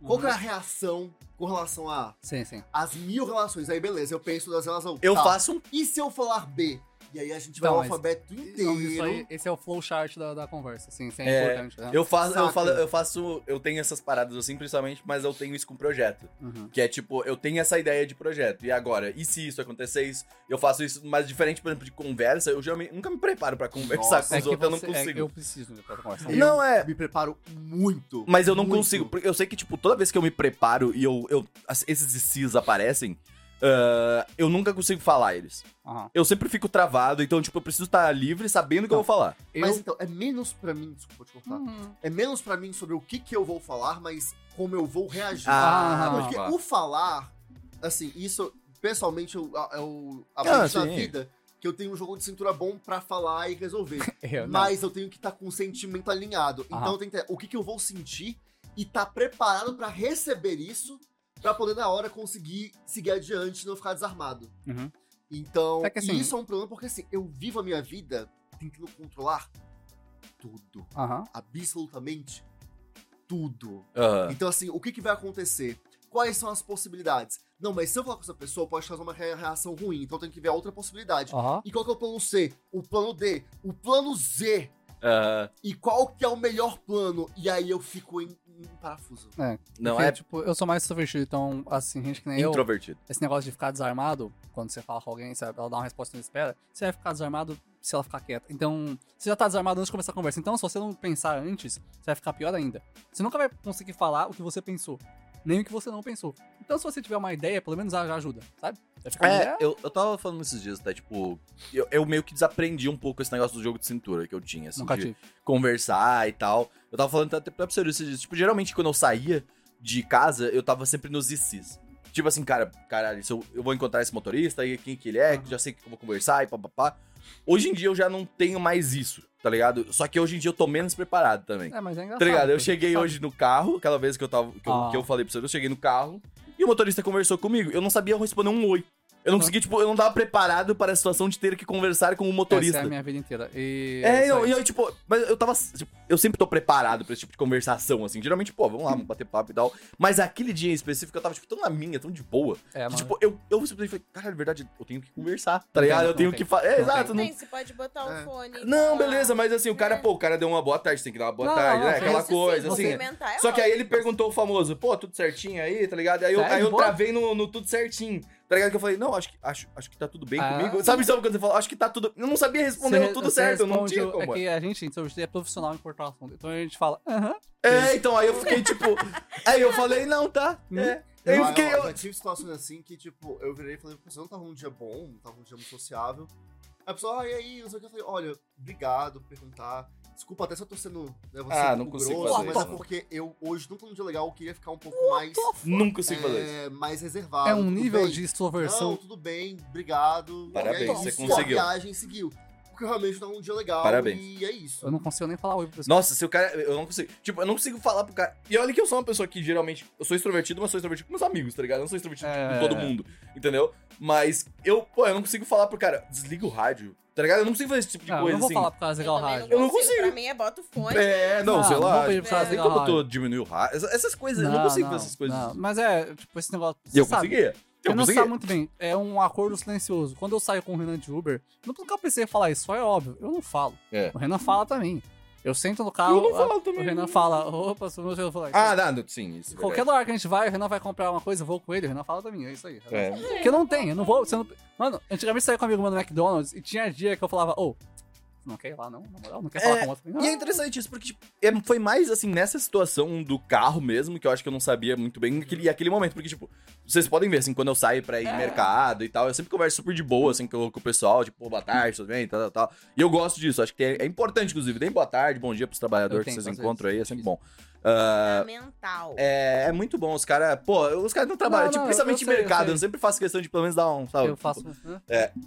qual Uhum. que é a reação com relação a A? Sim, sim. As mil relações, aí beleza, eu penso nas relações. Eu tá. faço um. E se eu falar B? E aí a gente vai Então, ao mas- alfabeto Então, isso inteiro. aí, esse é o flowchart da, da conversa, sim, isso é, É, importante. Né? Eu faço, eu Saca. falo, eu faço. Eu tenho essas paradas assim, principalmente, mas eu tenho isso com projeto. Uhum. Que é tipo, eu tenho essa ideia de projeto. E agora, e se isso acontecer isso? Eu faço isso, mas diferente, por exemplo, de conversa, eu geralmente nunca me preparo pra conversar Nossa, com É os outros, que você- eu não é que consigo. eu preciso da conversa. Eu- Não, é. Me preparo muito. Mas eu não muito. consigo, porque eu sei que, tipo, toda vez que eu me preparo e eu, eu as- esses ICs aparecem, ah, eu nunca consigo falar eles. Aham. Eu sempre fico travado, então, tipo, eu preciso estar livre sabendo o que eu Tá. vou falar. Mas Eu- então, é menos pra mim, desculpa te cortar. Uhum. É menos pra mim sobre o que, que eu vou falar, mas como eu vou reagir. Ah, Porque tá. o falar, assim, isso pessoalmente eu, a- eu Ah, aprendi na sim. vida que eu tenho um jogo de cintura bom pra falar e [LAUGHS] resolver. Eu, não. mas eu tenho que estar com o sentimento alinhado. Aham. Então eu tenho que ter o que, que eu vou sentir e estar preparado pra receber isso pra poder na hora conseguir seguir adiante e não ficar desarmado. Uhum. Então, É que, assim, e isso é um problema porque assim, eu vivo a minha vida tentando controlar tudo, Aham. absolutamente tudo. Aham. Então, assim, o que, que vai acontecer? Quais são as possibilidades? Não, mas se eu falar com essa pessoa, pode trazer uma rea- reação ruim, então tem que ver a outra possibilidade. Aham. E qual que é o plano C? O plano D? O plano Z? Aham. E qual que é o melhor plano? E aí eu fico em, em parafuso. Não, Porque, é tipo, eu sou mais extrovertido, então, assim, gente que nem eu, introvertido. esse negócio de ficar desarmado, quando você fala com alguém, você, ela dá uma resposta que não espera, você vai ficar desarmado se ela ficar quieta. Então, você já tá desarmado antes de começar a conversa. Então, se você não pensar antes, você vai ficar pior ainda. Você nunca vai conseguir falar o que você pensou, nem o que você não pensou. Então, se você tiver uma ideia, pelo menos já já ajuda, sabe? Vai ficar É, melhor. eu, eu tava falando esses dias, tá? Tipo, eu, eu meio que desaprendi um pouco esse negócio do jogo de cintura que eu tinha, assim, "Ah, Nunca de tive. conversar e tal. Eu tava falando até pra você esses dias. Tipo, geralmente quando eu saía de casa, eu tava sempre nos ICs. Tipo assim, cara, caralho, se eu, eu vou encontrar esse motorista e quem que ele é, que já sei que eu vou conversar e papapá. Hoje em dia eu já não tenho mais isso, tá ligado? Só que hoje em dia eu tô menos preparado também. É, mas é engraçado. Tá ligado? Eu porque cheguei sabe- hoje no carro, aquela vez que eu tava. Que, eu- Ah. que eu falei pra você, eu cheguei no carro e o motorista conversou comigo. Eu não sabia responder um oi. Eu não Uhum. conseguia, tipo, eu não tava preparado para a situação de ter que conversar com um motorista. Essa é a minha vida inteira. E É, isso eu, aí. eu, tipo, mas eu tava. tipo, eu sempre tô preparado pra esse tipo de conversação, assim. Geralmente, pô, vamos lá, vamos bater papo e tal. Mas aquele dia em específico eu tava, tipo, tão na minha, tão de boa. É, que, mano. tipo, eu, eu simplesmente falei, cara, na verdade, eu tenho que conversar, tá Não ligado? tem, eu tenho não que tem. falar. É, Não exato, não. Tem, você pode botar o É. fone. Não, falar. beleza, mas assim, o cara, É. pô, o cara deu uma boa tarde, tem que dar uma boa Não, tarde, não, né? não, Aquela Isso sim, coisa, assim. cumprimentar é Só que ótimo. aí ele perguntou o famoso, pô, tudo certinho aí, tá ligado? Aí eu, Sério? aí eu Boa. travei no, no tudo certinho. Tá ligado? Que eu falei, não, acho que, acho, acho que tá tudo bem Ah. comigo. Sabe, sabe quando você fala? Acho que tá tudo. Eu não sabia responder Você- tudo você certo, eu não responde tinha o- como. É que a gente, então, é profissional em cortar o assunto. Então a gente fala, aham, É, então, aí eu fiquei tipo. aí eu falei, não, tá. Hum? É. Aí eu Ah, fiquei. eu Eu... já tive situações assim que, tipo, eu virei e falei, "Pô, você não tava num dia bom, não tava num dia muito sociável. A pessoa, ah, e aí, não sei o que. Eu falei, olha, obrigado por perguntar. Desculpa até se eu tô sendo. Né, você Ah, não consigo grosso, fazer mas isso, é não. porque eu hoje não tô num dia legal, eu queria ficar um pouco mais. Nunca consigo fazer isso. é, mais reservado. Ah, é um tudo nível bem. de Não, extroversão. tudo bem, obrigado. Parabéns, E é você isso, conseguiu. A viagem seguiu. Porque eu realmente tava num dia legal. Parabéns. E é isso. Eu não consigo nem falar oi pra pessoa. Nossa, se o cara. Eu não consigo. Tipo, eu não consigo falar pro cara. E olha que eu sou uma pessoa que geralmente. Eu sou extrovertido, mas sou extrovertido com meus amigos, tá ligado? Eu não sou extrovertido É. com todo mundo, entendeu? Mas eu, pô, eu não consigo falar pro cara, desliga o rádio, tá ligado? Eu não consigo fazer esse tipo de Não, eu coisa não vou assim. falar por causa da Eu também rádio. Eu não consigo. Pra mim é bota o fone. É, não, Não, sei não lá. vou pedir Tipo, pra não ela sei desligar como o eu tô diminuindo o rádio. Essas, essas coisas, eu não consigo fazer essas coisas. não. Mas é, tipo, esse negócio. E eu você sabe, consegui. Eu, Eu não consegui. sei muito bem. É um acordo silencioso. Quando eu saio com o Renan de Uber, não nunca pensei em falar isso, só é óbvio. Eu não falo. É. O Renan fala também. Eu sento no carro. Eu não a- falo O também. Renan fala, opa, sou meu celular. Ah, não, não, sim, isso. é Qualquer lugar que a gente vai, o Renan vai comprar uma coisa, eu vou com ele, o Renan fala também, é isso aí. verdade. É. Porque não tem, eu não vou. Você não... Mano, antigamente eu saía com um amigo meu no McDonald's e tinha dia que eu falava, ô, não quer ir lá não, na moral, não quer falar É, com outro. Não. E é interessante isso, porque tipo, é- foi mais assim, nessa situação do carro mesmo, que eu acho que eu não sabia muito bem, aquele- e aquele momento, porque, tipo, Vocês podem ver, assim, quando eu saio pra ir É. mercado e tal, eu sempre converso super de boa, assim, com, com o pessoal, tipo, pô, boa tarde, tudo bem, tal, tal, tal. E eu gosto disso, acho que tem- é importante, inclusive, deem boa tarde, bom dia pros Eu trabalhadores que tento, vocês às encontram aí, é vezes, sempre difícil. bom. Ah, mental. é, é muito bom, os caras, pô, os caras não trabalham, Não, tipo, não, eu- principalmente eu em sei, eu mercado, eu, sei. sempre faço questão de pelo menos dar um, sabe? Ah, Eu faço. né?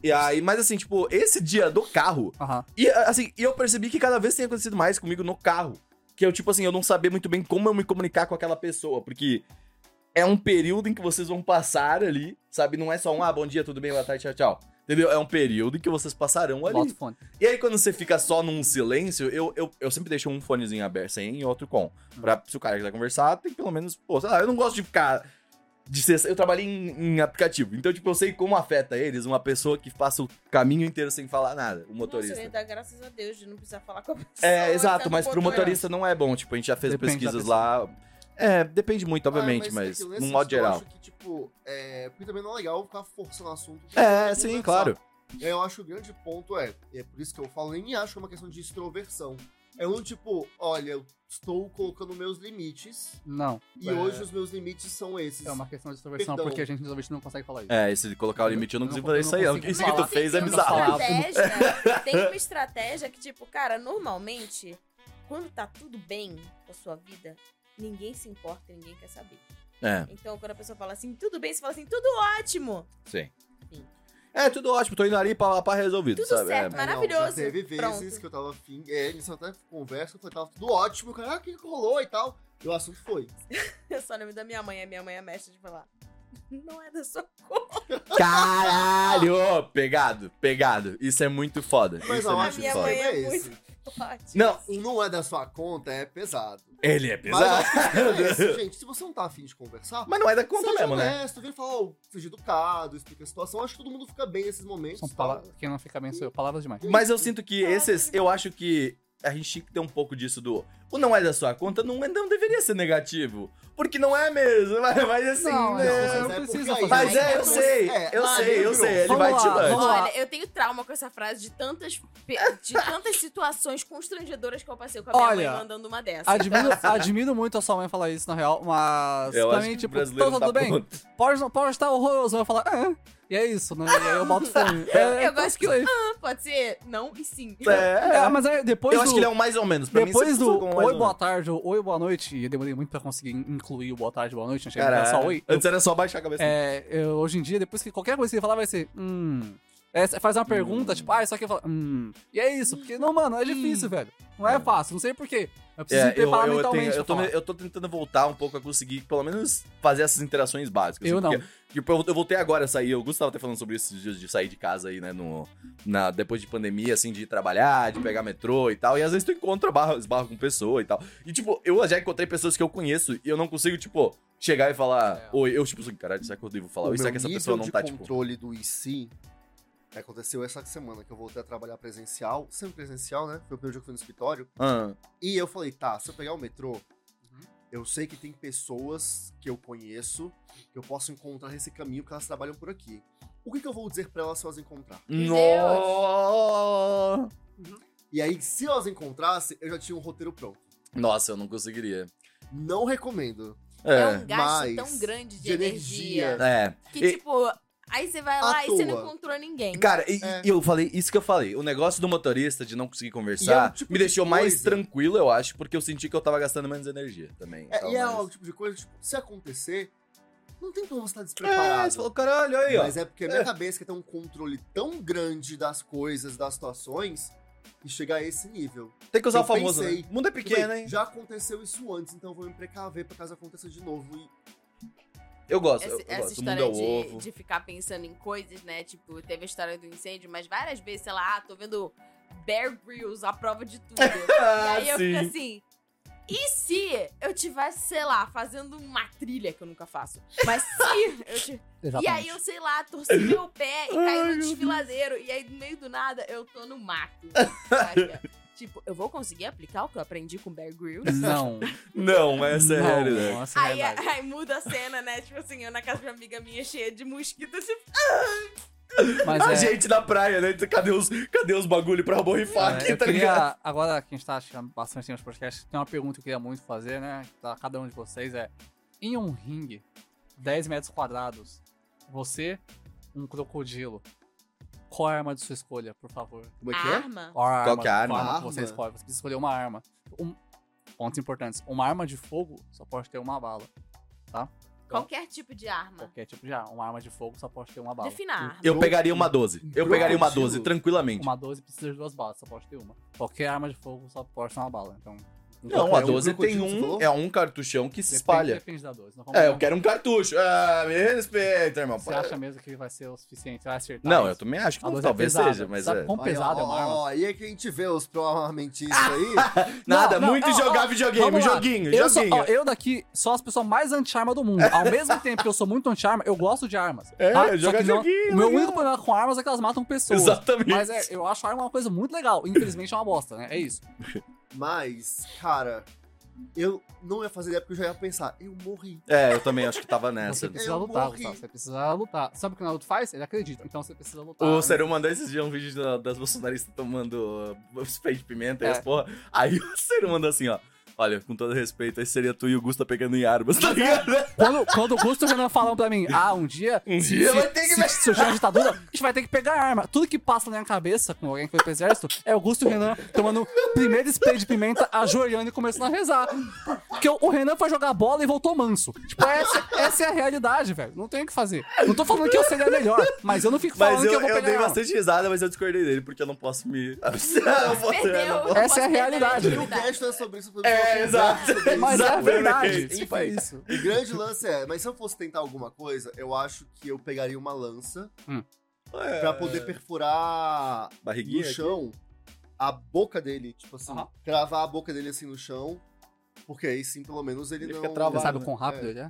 E aí, mas assim, tipo, esse dia do carro, Aham. e assim, e eu percebi que cada vez tem acontecido mais comigo no carro. Que eu, tipo assim, eu não sabia muito bem como eu me comunicar com aquela pessoa, porque é um período em que vocês vão passar ali, sabe? Não é só um, ah, bom dia, tudo bem, boa tarde, tchau, tchau. Entendeu? É um período em que vocês passarão ali. Bota o fone. E aí, quando você fica só num silêncio, eu, eu, eu sempre deixo um fonezinho aberto sem e outro com. Pra, se o cara quiser conversar, tem pelo menos. Pô, sei lá, eu não gosto de ficar. De ser, eu trabalhei em, em aplicativo, então, tipo, eu sei como afeta eles uma pessoa que passa o caminho inteiro sem falar nada, o motorista. Nossa, eu ia dar graças a Deus de não precisar falar com a pessoa. É, exato, um tá mas no pro ponto motorista não é bom. Tipo, a gente já fez Depende da pesquisas pessoa. lá. É, depende muito, obviamente, Ah, mas, é que o no lance modo que eu geral. acho que, tipo, é, porque também não é legal ficar forçando o assunto. É, Não um sim, conversar. claro. Eu acho que o grande ponto é, e é por isso que eu falo, nem acho que é uma questão de extroversão. É um tipo, olha, eu estou colocando meus limites, Não. e É. hoje os meus limites são esses. É uma questão de extroversão, Então, Perdão. porque a gente normalmente não consegue falar isso. É, esse de colocar o limite, eu não Eu não consigo con- fazer eu não isso aí. ó. consigo Isso que falar. tu Nossa, fez é assim, tem uma bizarro. [LAUGHS] estratégia- Tem uma estratégia que, tipo, cara, normalmente, quando tá tudo bem com a sua vida, ninguém se importa, ninguém quer saber. É, Então, quando a pessoa fala assim, tudo bem, você fala assim, tudo ótimo. [LAUGHS] sim. Sim. É, tudo ótimo, tô indo ali pra, pra resolvido, Tudo sabe? É. certo, É, não, maravilhoso. já teve Pronto. vezes que eu tava afim, é, eles até conversam, foi, tava tudo ótimo, cara, ah, o que que rolou e tal. E o assunto foi. Eu É só lembro da minha mãe, a minha mãe é mestre de falar. Não é da sua cor. Caralho! Pegado, pegado. Isso é muito foda. Mas isso é eu muito acho que minha o foda. mãe problema é é esse. Não, O não é da sua conta é pesado. ele é Mas eu pesado. acho que o problema [LAUGHS] é esse, gente. Se você não tá afim de conversar, Mas não é da conta Seja mesmo, né? honesto, vem falar, ó, seja educado, explica a situação. Acho que todo mundo fica bem nesses é momentos. São tá? palavras. Quem não fica bem sou eu. Palavras demais. Mas eu sinto que esses, eu acho que a gente tinha que ter um pouco disso do. O não é da sua conta não, é- não deveria ser negativo. Porque não é mesmo. Mas, mas assim. Não, assim, né? não, Mas Não é precisa porque aí- Mas fazer é, eu sei. Eu ah, sei, eu lembrou. sei. Ele Vamos vai lá, te dar. vamos lá. Olha, eu tenho trauma com essa frase de tantas, pe- de tantas situações constrangedoras que eu passei com a minha Olha, mãe mandando uma [LAUGHS] dessa. Admiro, admiro muito a sua mãe falar isso, na real, mas Eu acho também, que o tipo, brasileiro tá não tudo tá bem? pronto. Power, Power tá horroroso. Eu falo, é. E é isso, né? E aí eu boto [LAUGHS] fone. É, Eu gosto que eu. Pode ser não e sim. É, É, mas aí depois eu acho do- que ele é um mais ou menos. Pra mim, Depois sempre do ficou um mais Oi, ou boa menos. tarde, ou Oi, boa noite, e eu demorei muito pra conseguir incluir o boa tarde, boa noite, achei que era Caralho. é só Oi. Eu- Antes era só baixar a cabeça. é, eu- hoje em dia, depois que qualquer coisa que você falar vai ser, hum. É, você faz uma pergunta, tipo, ah, isso aqui eu falo, hum. E é isso, porque, não, mano, é Hum. difícil, velho. Não é fácil, não sei porquê. Eu preciso É, me eu, preparar eu, mentalmente. tenho- eu, pra tô, falar. eu tô tentando voltar um pouco a conseguir, pelo menos, fazer essas interações básicas. Eu não. porque, tipo, eu, eu voltei agora a sair. O Gustavo até falando sobre isso esses dias de sair de casa aí, né? No, na, depois de pandemia, assim, de ir trabalhar, de pegar metrô e tal. E às vezes tu encontra barra, esbarra com pessoa e tal. E, tipo, eu já encontrei pessoas que eu conheço e eu não consigo, tipo, chegar e falar. É. Oi, eu, tipo, assim, caralho, será que eu devo falar? O Ou será meu que essa nível pessoa não de tá, tipo. controle do IC aconteceu essa semana que eu voltei a trabalhar presencial, sempre presencial, né? Foi o primeiro dia que eu fui no escritório. Ah, E eu falei, tá, se eu pegar o metrô, eu sei que tem pessoas que eu conheço que eu posso encontrar nesse caminho porque elas trabalham por aqui. O que, que eu vou dizer pra elas se elas encontrar? Meu no... E aí, se elas encontrassem, eu já tinha um roteiro pronto. Nossa, eu não conseguiria. Não recomendo. É um gasto mas tão grande de, de energia. energia. É. Que E- tipo, aí você vai lá À e você não toa. encontrou ninguém. Cara, e, É. e eu falei, isso que eu falei. O negócio do motorista de não conseguir E é conversar um tipo me de deixou mais coisa. tranquilo, eu acho, porque eu senti que eu tava gastando menos energia também. É, Tava e é mais- o tipo de coisa, tipo, se acontecer, não tem como você estar É, despreparado. você falou, caralho, aí, ó. mas é porque a minha cabeça que tem um controle tão grande das coisas, das situações, e chegar a esse nível. Tem que usar eu o famoso, pensei. né? O mundo é Tudo pequeno, bem, hein? Já aconteceu isso antes, então eu vou me precaver pra caso aconteça de novo. E Eu gosto, Essa, eu essa gosto. O mundo história é o de, ovo. de ficar pensando em coisas, né? Tipo, teve a história do incêndio, mas várias vezes, sei lá, ah, tô vendo Bear Grylls, a prova de [LAUGHS] tudo. e [LAUGHS] Ah, aí eu sim. fico assim. E se eu tivesse, sei lá, fazendo uma trilha que eu nunca faço? Mas se eu tivesse. E aí eu, sei lá, torci meu pé e Ai, caí meu no desfiladeiro. E aí, no meio do nada, eu tô no mato. saca? tipo, eu vou conseguir aplicar o que eu aprendi com Bear Grylls? Não. Não, mas é não, sério, né? Nossa, é Aí, verdade. aí muda a cena, né? Tipo assim, eu na casa de uma amiga minha cheia de mosquitos. Tipo, Mas A é- gente na praia, né? Cadê os, cadê os bagulho pra borrifar É, aqui, eu tá queria, ligado? agora que a gente tá chegando bastante tempo de podcast, tem uma pergunta que eu queria muito fazer, né? Pra cada um de vocês é: em um ringue, 10 metros quadrados. Você, um crocodilo. Qual é a arma de sua escolha, por favor? Como é que Ah. é? Arma? Qual a Qual arma, que é a arma? qual que Arma? você escolhe? Você precisa escolher uma arma. Um- Pontos importantes. Uma arma de fogo só pode ter uma bala. Qualquer tipo de arma. Qualquer tipo de arma. Uma arma de fogo só pode ter uma bala. Defina a arma. Eu pegaria uma 12. Eu Crocodilo. pegaria uma 12, tranquilamente. Uma 12 precisa de duas balas, só pode ter uma. Qualquer arma de fogo só pode ter uma bala. Então. Não, a É um 12 tem crocodilo, você um, falou? é um cartuchão que se depende- espalha. Depende da 12. Não vamos É, lá. eu quero um cartucho. Ah, me respeita, irmão. Você acha mesmo que vai ser o suficiente? Vai acertar? Não, isso? eu também acho que A não, 12 é talvez pesada. seja, mas Sabe é. quão pesado é uma arma? Ó, e aí que a gente vê os pro-armamentistas [LAUGHS] aí. Nada, não, muito ó, jogar ó, videogame, vamos lá. joguinho, Eu, sou, joguinho. ó, eu daqui sou as pessoas mais anti-arma do mundo. Ao mesmo tempo que eu sou muito anti-arma, eu gosto de armas. É, tá? Só jogar que não- joguinho, O meu legal. único problema com armas é que elas matam pessoas. Exatamente. Mas é, eu acho a arma uma coisa muito legal. Infelizmente é uma bosta, né? É isso. Mas, cara, eu não ia fazer ideia porque eu já ia pensar, eu morri. É, eu também acho que tava Você nessa. precisa Eu lutar, morri. Gustavo, Você precisa lutar. Sabe o que o Naruto faz? Ele acredita. Então você precisa lutar. O Seru mandou esses dias um vídeo da- das bolsonaristas tomando uh, spray de pimenta e É. as porra. Aí o Seru mandou assim, ó. Olha, com todo respeito, aí seria tu e o Gusta pegando em armas, tá ligado? Quando, quando o Gusto e o Renan falam pra mim, ah, um dia. Um dia se, vai ter que se, se surgir uma ditadura, a gente vai ter que pegar arma. Tudo que passa na minha cabeça com alguém que foi pro exército é o Gusto e o Renan tomando o primeiro spray de pimenta, ajoelhando e começando a rezar. Porque o, o Renan foi jogar bola e voltou manso. Tipo, essa, essa é a realidade, velho. Não tem o que fazer. Não tô falando que eu seria melhor, mas eu não fico falando [LAUGHS] Mas eu, que eu vou eu pegar dei arma. bastante risada, mas eu discordei dele, porque eu não posso me. [LAUGHS] eu não posso- eu não posso- Perdeu. Essa é a realidade. E o resto é sobre isso. porque eu É, tenho exato. sobre isso. Mas é Exatamente. verdade. Tipo, né, Tipo, é isso. O grande lance é, mas se eu fosse tentar alguma coisa, eu acho que eu pegaria uma lança É, pra poder perfurar no Barriguinha? chão a boca dele, tipo assim, Aham. travar a boca dele assim no chão, porque aí sim, pelo menos ele, Ele não... fica travado, Você sabe o né? quão rápido É. ele é?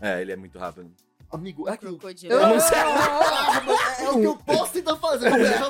É, ele é muito rápido. Amigo, é que eu... Crocodilo. Eu não sei. É, é o que eu posso tentar fazer, eu já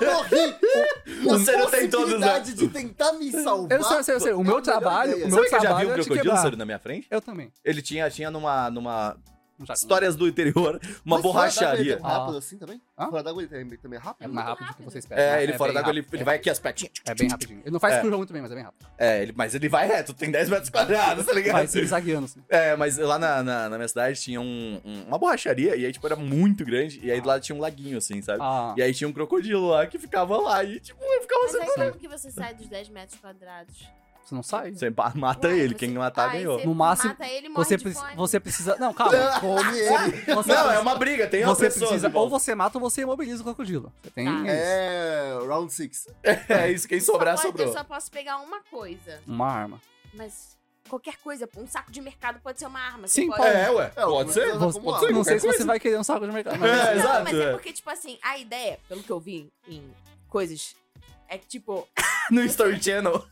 morri. O Ciro tem todos, né? possibilidade de tentar me salvar. Eu sei, eu sei, eu sei. O a meu melhor trabalho, ideia. o Sabe meu que eu já vi trabalho um é te crocodilo quebrar. Seru na minha frente? Eu também. Ele tinha, tinha numa, numa Já- Histórias do interior, uma Mas borracharia. Fora d'água ele é rápido assim também? Ah. Hã? Fora d'água ele também também é É rápido? mais rápido do que você espera. É, né? ele fora bem d'água, ele, rápido. ele É- vai aqui as petinhas. É bem rapidinho. Ele não faz É. curva muito bem, mas é [LAUGHS] bem rápido. É, ele, mas ele vai reto, tem 10 metros quadrados, tá ligado? Vai zigue-zagueando, assim. É, mas lá na, na, na minha cidade tinha um- um- uma borracharia, e aí, tipo, era muito grande, e aí do lado tinha um laguinho, assim, sabe? Ah, E aí tinha um crocodilo lá que ficava lá, e tipo, eu ficava Mas assim, aí como que você sai dos 10 metros quadrados? você não sai. Você ma- mata Ué, ele, você- quem matar Aí ganhou. você No máximo, Mata ele, e morre Você, de preci- fome. você precisa. [LAUGHS] Não, calma. Come ele. Você, Não, é uma briga, tem uma você pessoa. precisa. de Ou volta. você mata ou você imobiliza o crocodilo. Você tem. Tá. isso. É, round 6. É isso, quem Só sobrar, pode- sobrou. Eu só posso pegar uma coisa. Uma arma. Mas qualquer coisa, um saco de mercado pode ser uma arma. Sim, você pode. É, ué, pode ser. Você- Você- Pode ser não Ah, sei qualquer se você coisa. vai querer um saco de mercado. É, Mas... Não, exato, mas é é. porque, tipo assim, a ideia, pelo que eu vi em coisas, é que, tipo, No Story Channel.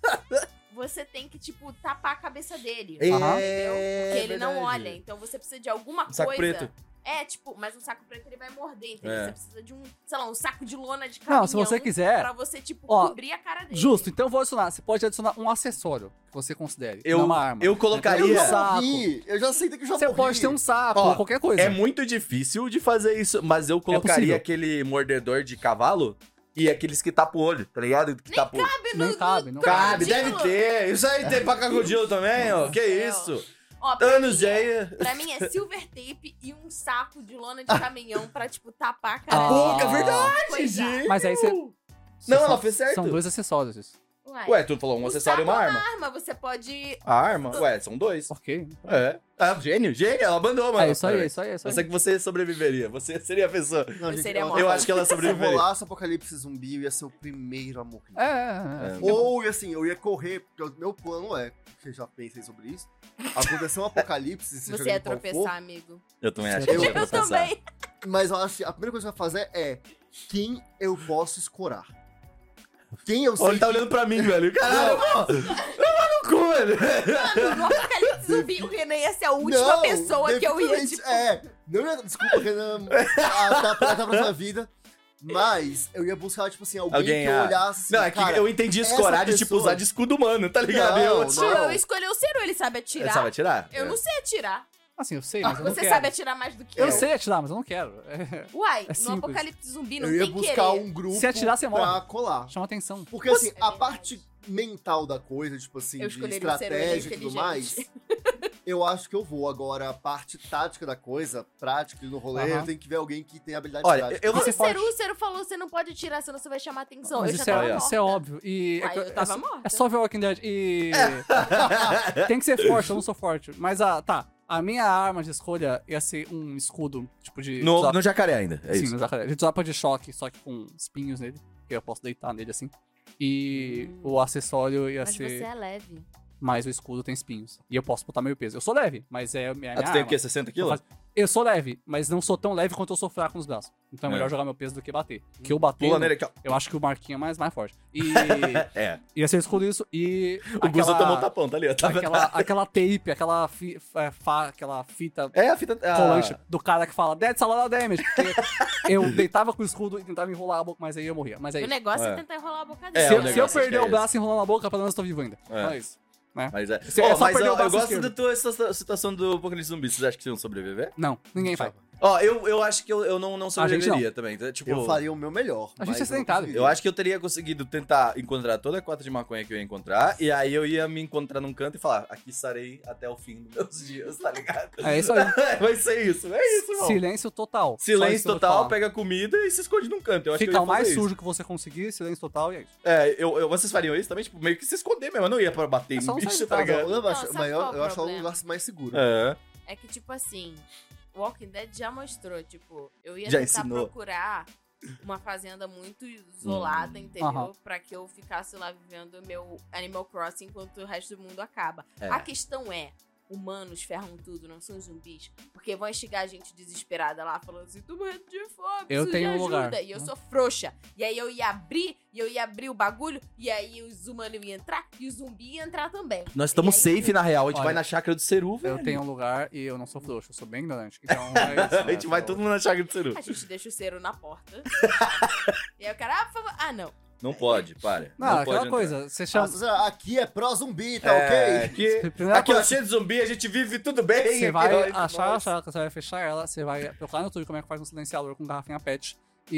você tem que, tipo, tapar a cabeça dele. Aham. Entendeu? Porque ele não É verdade. Um olha. Então você precisa de alguma Saco coisa. preto. É, tipo, mas um saco preto ele vai morder, entendeu? É. Você precisa de um, sei lá, um saco de lona de caminhão. Não, se você quiser. Pra você, tipo, É. Ó, cobrir a cara dele. [LAUGHS] Justo, então eu vou adicionar. Você pode adicionar um acessório que você considere. Eu, não uma arma. eu Eu colocaria. Não, saco. já morri. Eu já sei que eu já Você morri. pode ter um sapo, Ó, ou qualquer coisa. É muito difícil de fazer isso, mas eu colocaria possível. aquele mordedor de cavalo e aqueles que tapa o olho, tá ligado? Que tapa o olho. Cabe Não cabe, não Cabe, crocodilo. deve ter. Isso aí tem pra crocodilo também, ó. Que céu. isso? Ó, pra Anos mim é- aí. Pra mim é silver tape e um saco de lona de caminhão pra, tipo, tapar a cara Ah, dele. é. Pouca, verdade, Coisa. gente. Mas aí você- Não, São- ela fez certo. São dois acessórios isso. Ué, Ué, tu falou um acessório e uma saco é arma. arma, você pode. A arma? Ué, são dois. Ok. É. Ah, gênio, gênio. Ela mandou, mano. É isso aí, é isso aí, é isso Eu aí. sei que você sobreviveria. Você seria a pessoa. Não, Eu gente, seria Eu acho que ela Se eu sobreviveria. rolasse apocalipse zumbi, eu ia ser o primeiro a morrer. É, é, é. É. Ou, assim, eu ia correr, porque o meu plano é, porque eu já pensei sobre isso, aconteceu um [LAUGHS] apocalipse, seja Você ia ele qual for, tropeçar, amigo. Eu também acho que Eu- eu ia Eu tropeçar. também. Mas eu acho que a primeira coisa que eu vou fazer é quem eu posso escorar. Quem eu Olha, sei ele tá olhando pra [LAUGHS] mim, velho. Caralho, mano. no cu, velho. Mano, no apocalipse zumbi, o Renan ia ser a última Não, pessoa que eu ia, definitivamente, tipo. É, não ia. Desculpa, Renan, tá, tá, tá pra sua vida. Mas eu ia buscar, tipo assim, alguém, Alguém, que eu ah, olhasse. Assim, Não, é que cara, eu entendi essa escorar de tipo pessoa- usar de escudo humano, tá ligado? Não, eu, não. Não, tipo, eu escolhi o Ciro, ele sabe Você atirar. sabe atirar? Eu não sei atirar. Assim, eu sei, mas eu não você quero. sabe atirar mais do que eu. Eu sei atirar, mas eu não quero. É, [LAUGHS] Uai, no simples. apocalipse zumbi não eu ia tem querer. buscar um grupo Se atirar, você pra morre. colar. Chama atenção. Porque assim, Você- é a parte mental da coisa, tipo assim, Eu de escolheria o ser humano estratégia e tudo mais, [LAUGHS] inteligente. Eu acho que eu vou. Agora, a parte tática da coisa, prática e no rolê, Aham. eu tenho que ver alguém que tem habilidade Olha, prática. eu vou. Você o Cícero, pode- o Cícero falou, você não pode tirar, senão você vai chamar atenção. Mas eu já isso tava é, isso é morta. óbvio. E Aí é, eu tava é- morta. é só ver o Walking Dead. [LAUGHS] E. Tem que ser forte, eu não sou forte. Mas a. Tá. A minha arma de escolha ia ser um escudo, tipo de. No, zap- no jacaré ainda. É sim, isso. no jacaré. De zapa de choque, só que com espinhos nele. Que eu posso deitar nele assim. E o acessório ia Hum. Mas ser. você é leve. Mas o escudo tem espinhos. E eu posso botar meio peso. Eu sou leve, mas é a minha. Ah, tu minha tem o arma. quê? 60 Eu, quilos? faço- eu sou leve, mas não sou tão leve quanto eu sou fraco nos braços. Então É. Hum. é, melhor jogar meu peso do que bater. Que eu bater. Pula nele aqui, ó. Eu acho que o Marquinho é mais, mais forte. [LAUGHS] E É. ia ser escudo isso. E. O Gusta aquela- tomou um tapão, tá ali, ó. Tá aquela, aquela tape, aquela, fi, é, fa- aquela fita [LAUGHS] É a fita. ah, colante do cara que fala Dead Salada Damage. Porque eu deitava com o escudo e tentava enrolar a boca, mas aí eu morria. Mas aí. O negócio é, É. tentar enrolar a boca É, dele. se, o eu- se negócio eu acho que perder é o braço enrolando a boca, pelo menos eu tô vivo ainda. É. É isso. Né? Mas é. Você- Ó, é só mas perder eu, o eu braço gosto esquerdo. da tua situa- situação do Apocalipse Zumbi. Vocês acham que vocês iam sobreviver? Não, ninguém Tá. vai. Ó, eu, eu acho que eu, eu não, não A Ah, gente não. sobreviveria também. tá? Tipo, Eu faria o meu melhor. A gente mas eu é não sedentário. conseguiria. eu acho que eu teria conseguido tentar encontrar toda a cota de maconha que eu ia encontrar. E aí eu ia me encontrar num canto e falar: aqui estarei até o fim dos meus dias, tá ligado? É isso aí. Vai ser isso, [LAUGHS] é isso, irmão. Silêncio total. Só isso Silêncio que eu vou te total, falar. pega comida e se esconde num canto. Eu acho que Fica eu o ia fazer mais isso. sujo que você conseguir, silêncio total e é isso. É, eu, eu- vocês fariam isso também? Tipo, meio que se esconder mesmo. Eu não ia pra bater É em só um bicho, saindo, tá tá, ligado? Eu, acho, Não, sabe mas eu, qual é o eu acho o problema? lugar mais seguro. É. É que, tipo assim, Walking Dead já mostrou, tipo, eu ia Já tentar ensinou. procurar uma fazenda muito isolada, entendeu? Hum. Aham. Pra que eu ficasse lá vivendo meu Animal Crossing enquanto o resto do mundo acaba. É. A questão é, humanos ferram tudo, não são zumbis, porque vão chegar a gente desesperada lá falando assim, tô morrendo de fome, Eu preciso tenho um de ajuda. lugar. E eu sou frouxa. E aí eu ia abrir, e eu ia abrir o bagulho, e aí os humanos iam entrar, e o zumbi ia entrar também. Nós estamos E aí- safe na real. A gente é Olha, vai na chácara do Ceru, velho. [LAUGHS] Eu tenho um lugar e eu não sou frouxo, eu sou bem ignorante. Então é isso. a né? gente vai Só- todo mundo na chácara do Ceru. A gente deixa o cero na [LAUGHS] porta. e aí o cara, ah, por favor. Ah, não. Não pode, para. Não, pode aquela entrar. coisa, você Ah, chama. você- Aqui é pró-zumbi, tá É, ok? aqui, [LAUGHS] Primeira aqui ó, coisa- cheio de zumbi, a gente vive tudo bem. Você aqui, vai olha, achar a nós- chácara, você vai fechar ela, você vai procurar no YouTube como é que faz um silenciador com garrafinha pet.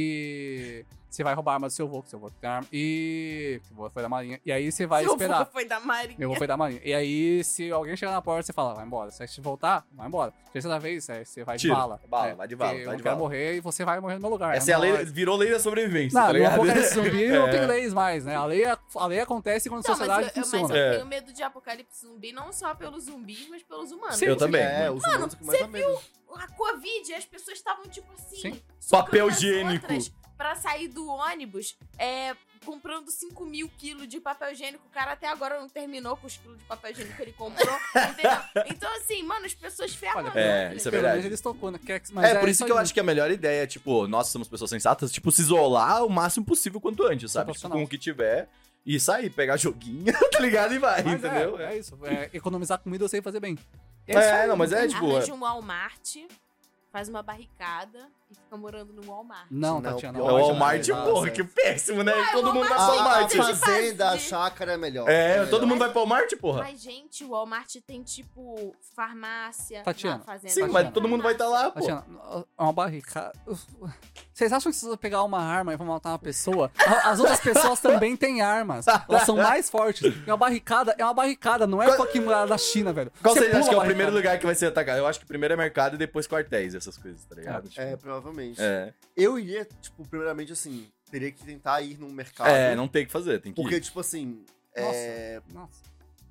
E você vai roubar a arma do seu avô, que seu avô tem arma. E. Que avô foi da marinha. E aí você vai Seu esperar. avô foi da Marinha. Meu avô foi da marinha. E aí, se alguém chegar na porta, você fala, vai embora. Se a gente voltar, vai embora. Terceira vez, é, você vai Tiro. de bala. Bala, É, vai de bala, porque vai eu de não quero bala. morrer e você vai morrer no meu lugar. Essa é a lei, nóis. virou lei da sobrevivência, Não, tá no ligado? apocalipse zumbi não tem É. leis mais, né? A lei, a lei acontece quando a Então, sociedade mas eu, mas funciona. eu É. tenho medo de apocalipse zumbi, não só pelos zumbis, mas pelos humanos. Sim. Eu também. É, os humanos que mais você ou menos. A Covid, as pessoas estavam tipo assim. Sim. socando [LAUGHS] Papel as higiênico. outras Pra sair do ônibus, é, comprando 5 mil quilos de papel higiênico. O cara até agora não terminou com os quilos de papel higiênico que [LAUGHS] ele comprou. entendeu? Então, assim, mano, as pessoas ferram. Olha, a é, vida. isso é Pelo menos verdade. eles tocou, né? Que- mas É, por isso que eu aí. acho que a melhor ideia é, tipo, nós somos pessoas sensatas, tipo, se isolar o máximo possível quanto antes, Sou sabe? Tipo, profissional. com o que tiver e sair, pegar joguinho, [LAUGHS] tá ligado? E vai, Mas entendeu? É, é isso. É, economizar comida eu sei fazer bem. É, isso aí, não, mas é tem- de boa. Arranja um Walmart, faz uma barricada e fica morando no Walmart. Não, Não, Tatiana. É É o Walmart, Walmart, né? porra, Ah, que certo. péssimo, né? Todo mundo vai Walmart pro Walmart. Ah, tem A, Walmart. a fazenda, a Fazenda. chácara é melhor. É, melhor. todo mundo vai pro Walmart, porra. Mas, gente, o Walmart tem, tipo, farmácia Tatiana, na fazenda. Sim, mas Tatiana. todo mundo vai estar lá, pô. Tatiana, é uma barricada. Vocês acham que se você pegar uma arma e for matar uma pessoa, a- as outras pessoas também têm armas. Elas são mais fortes. E uma barricada é uma barricada, não é Qual- fucking muralha da China, velho. Qual Você você acha pula que é a o primeiro barricada. lugar que vai ser atacado? Eu acho que primeiro é mercado e depois quartéis, essas coisas, tá ligado? Tipo, É, provavelmente. é. Eu iria, tipo, primeiramente assim, teria que tentar ir num mercado. É, não tem o que fazer, tem que Porque, ir. tipo assim. Nossa. É, Nossa.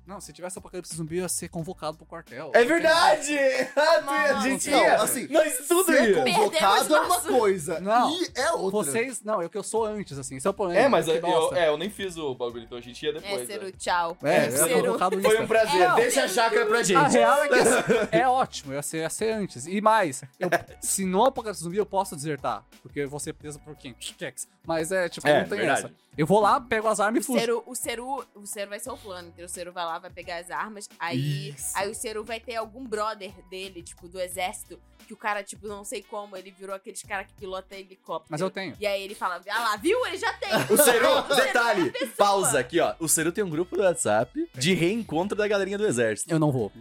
Não, se tivesse apocalipse zumbi, eu ia ser convocado pro quartel. É verdade! [LAUGHS] Ah, tu- a Não, gente não, ia! assim, Nós tudo ser ia! convocado é uma nosso- coisa. Não. E é outra. Vocês, não, é o que eu sou antes, assim. Isso é o problema. É, mas que eu, eu- bosta. é, eu nem fiz o bagulho, então a gente ia depois. É, né? Ciro, tchau. É, eu ia Ciro. convocado nisso. Foi um prazer. É, não. Deixa a chácara pra gente. A real é [LAUGHS] que assim, é ótimo, ia ser, ia ser antes. E mais, eu- se não apocalipse zumbi, eu posso desertar. Porque eu vou ser preso por quem? Chex. Mas é, tipo, É, [LAUGHS] não tem verdade. essa. Eu vou lá, pego as armas O e fujo. Ciro, o, Ciro, o Ciro vai ser o plano, entendeu? O Ciro vai lá, vai pegar as armas, aí, Isso. aí o Ciro vai ter algum brother dele, tipo, do exército, que o cara, tipo, não sei como, ele virou aqueles cara que pilota helicóptero. Mas eu tenho. E aí ele fala, ah lá, viu? Ele já tem. [LAUGHS] O Seru, Ciro é detalhe, pausa aqui, ó. O Seru tem um grupo do WhatsApp de reencontro da galerinha do [LAUGHS] exército. Eu não vou.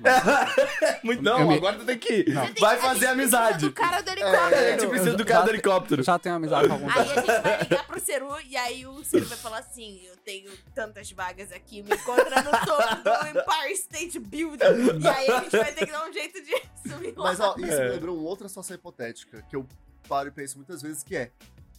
Muito Eu não, me- agora tu tem que ir. Não. Você tem- Vai a fazer gente precisa amizade. do cara do É, a helicóptero. gente Eu- precisa do eu- cara do eu- helicóptero. Já tenho amizade com algum Aí a gente vai ligar pro Ceru e aí o Ceru vai falar assim: Eu tenho tantas vagas aqui, me encontra no topo do Empire State Building. E aí a gente vai ter que dar um jeito de [LAUGHS] subir lá. Mas ó, isso É. me lembrou uma outra situação hipotética que eu paro e penso muitas vezes que é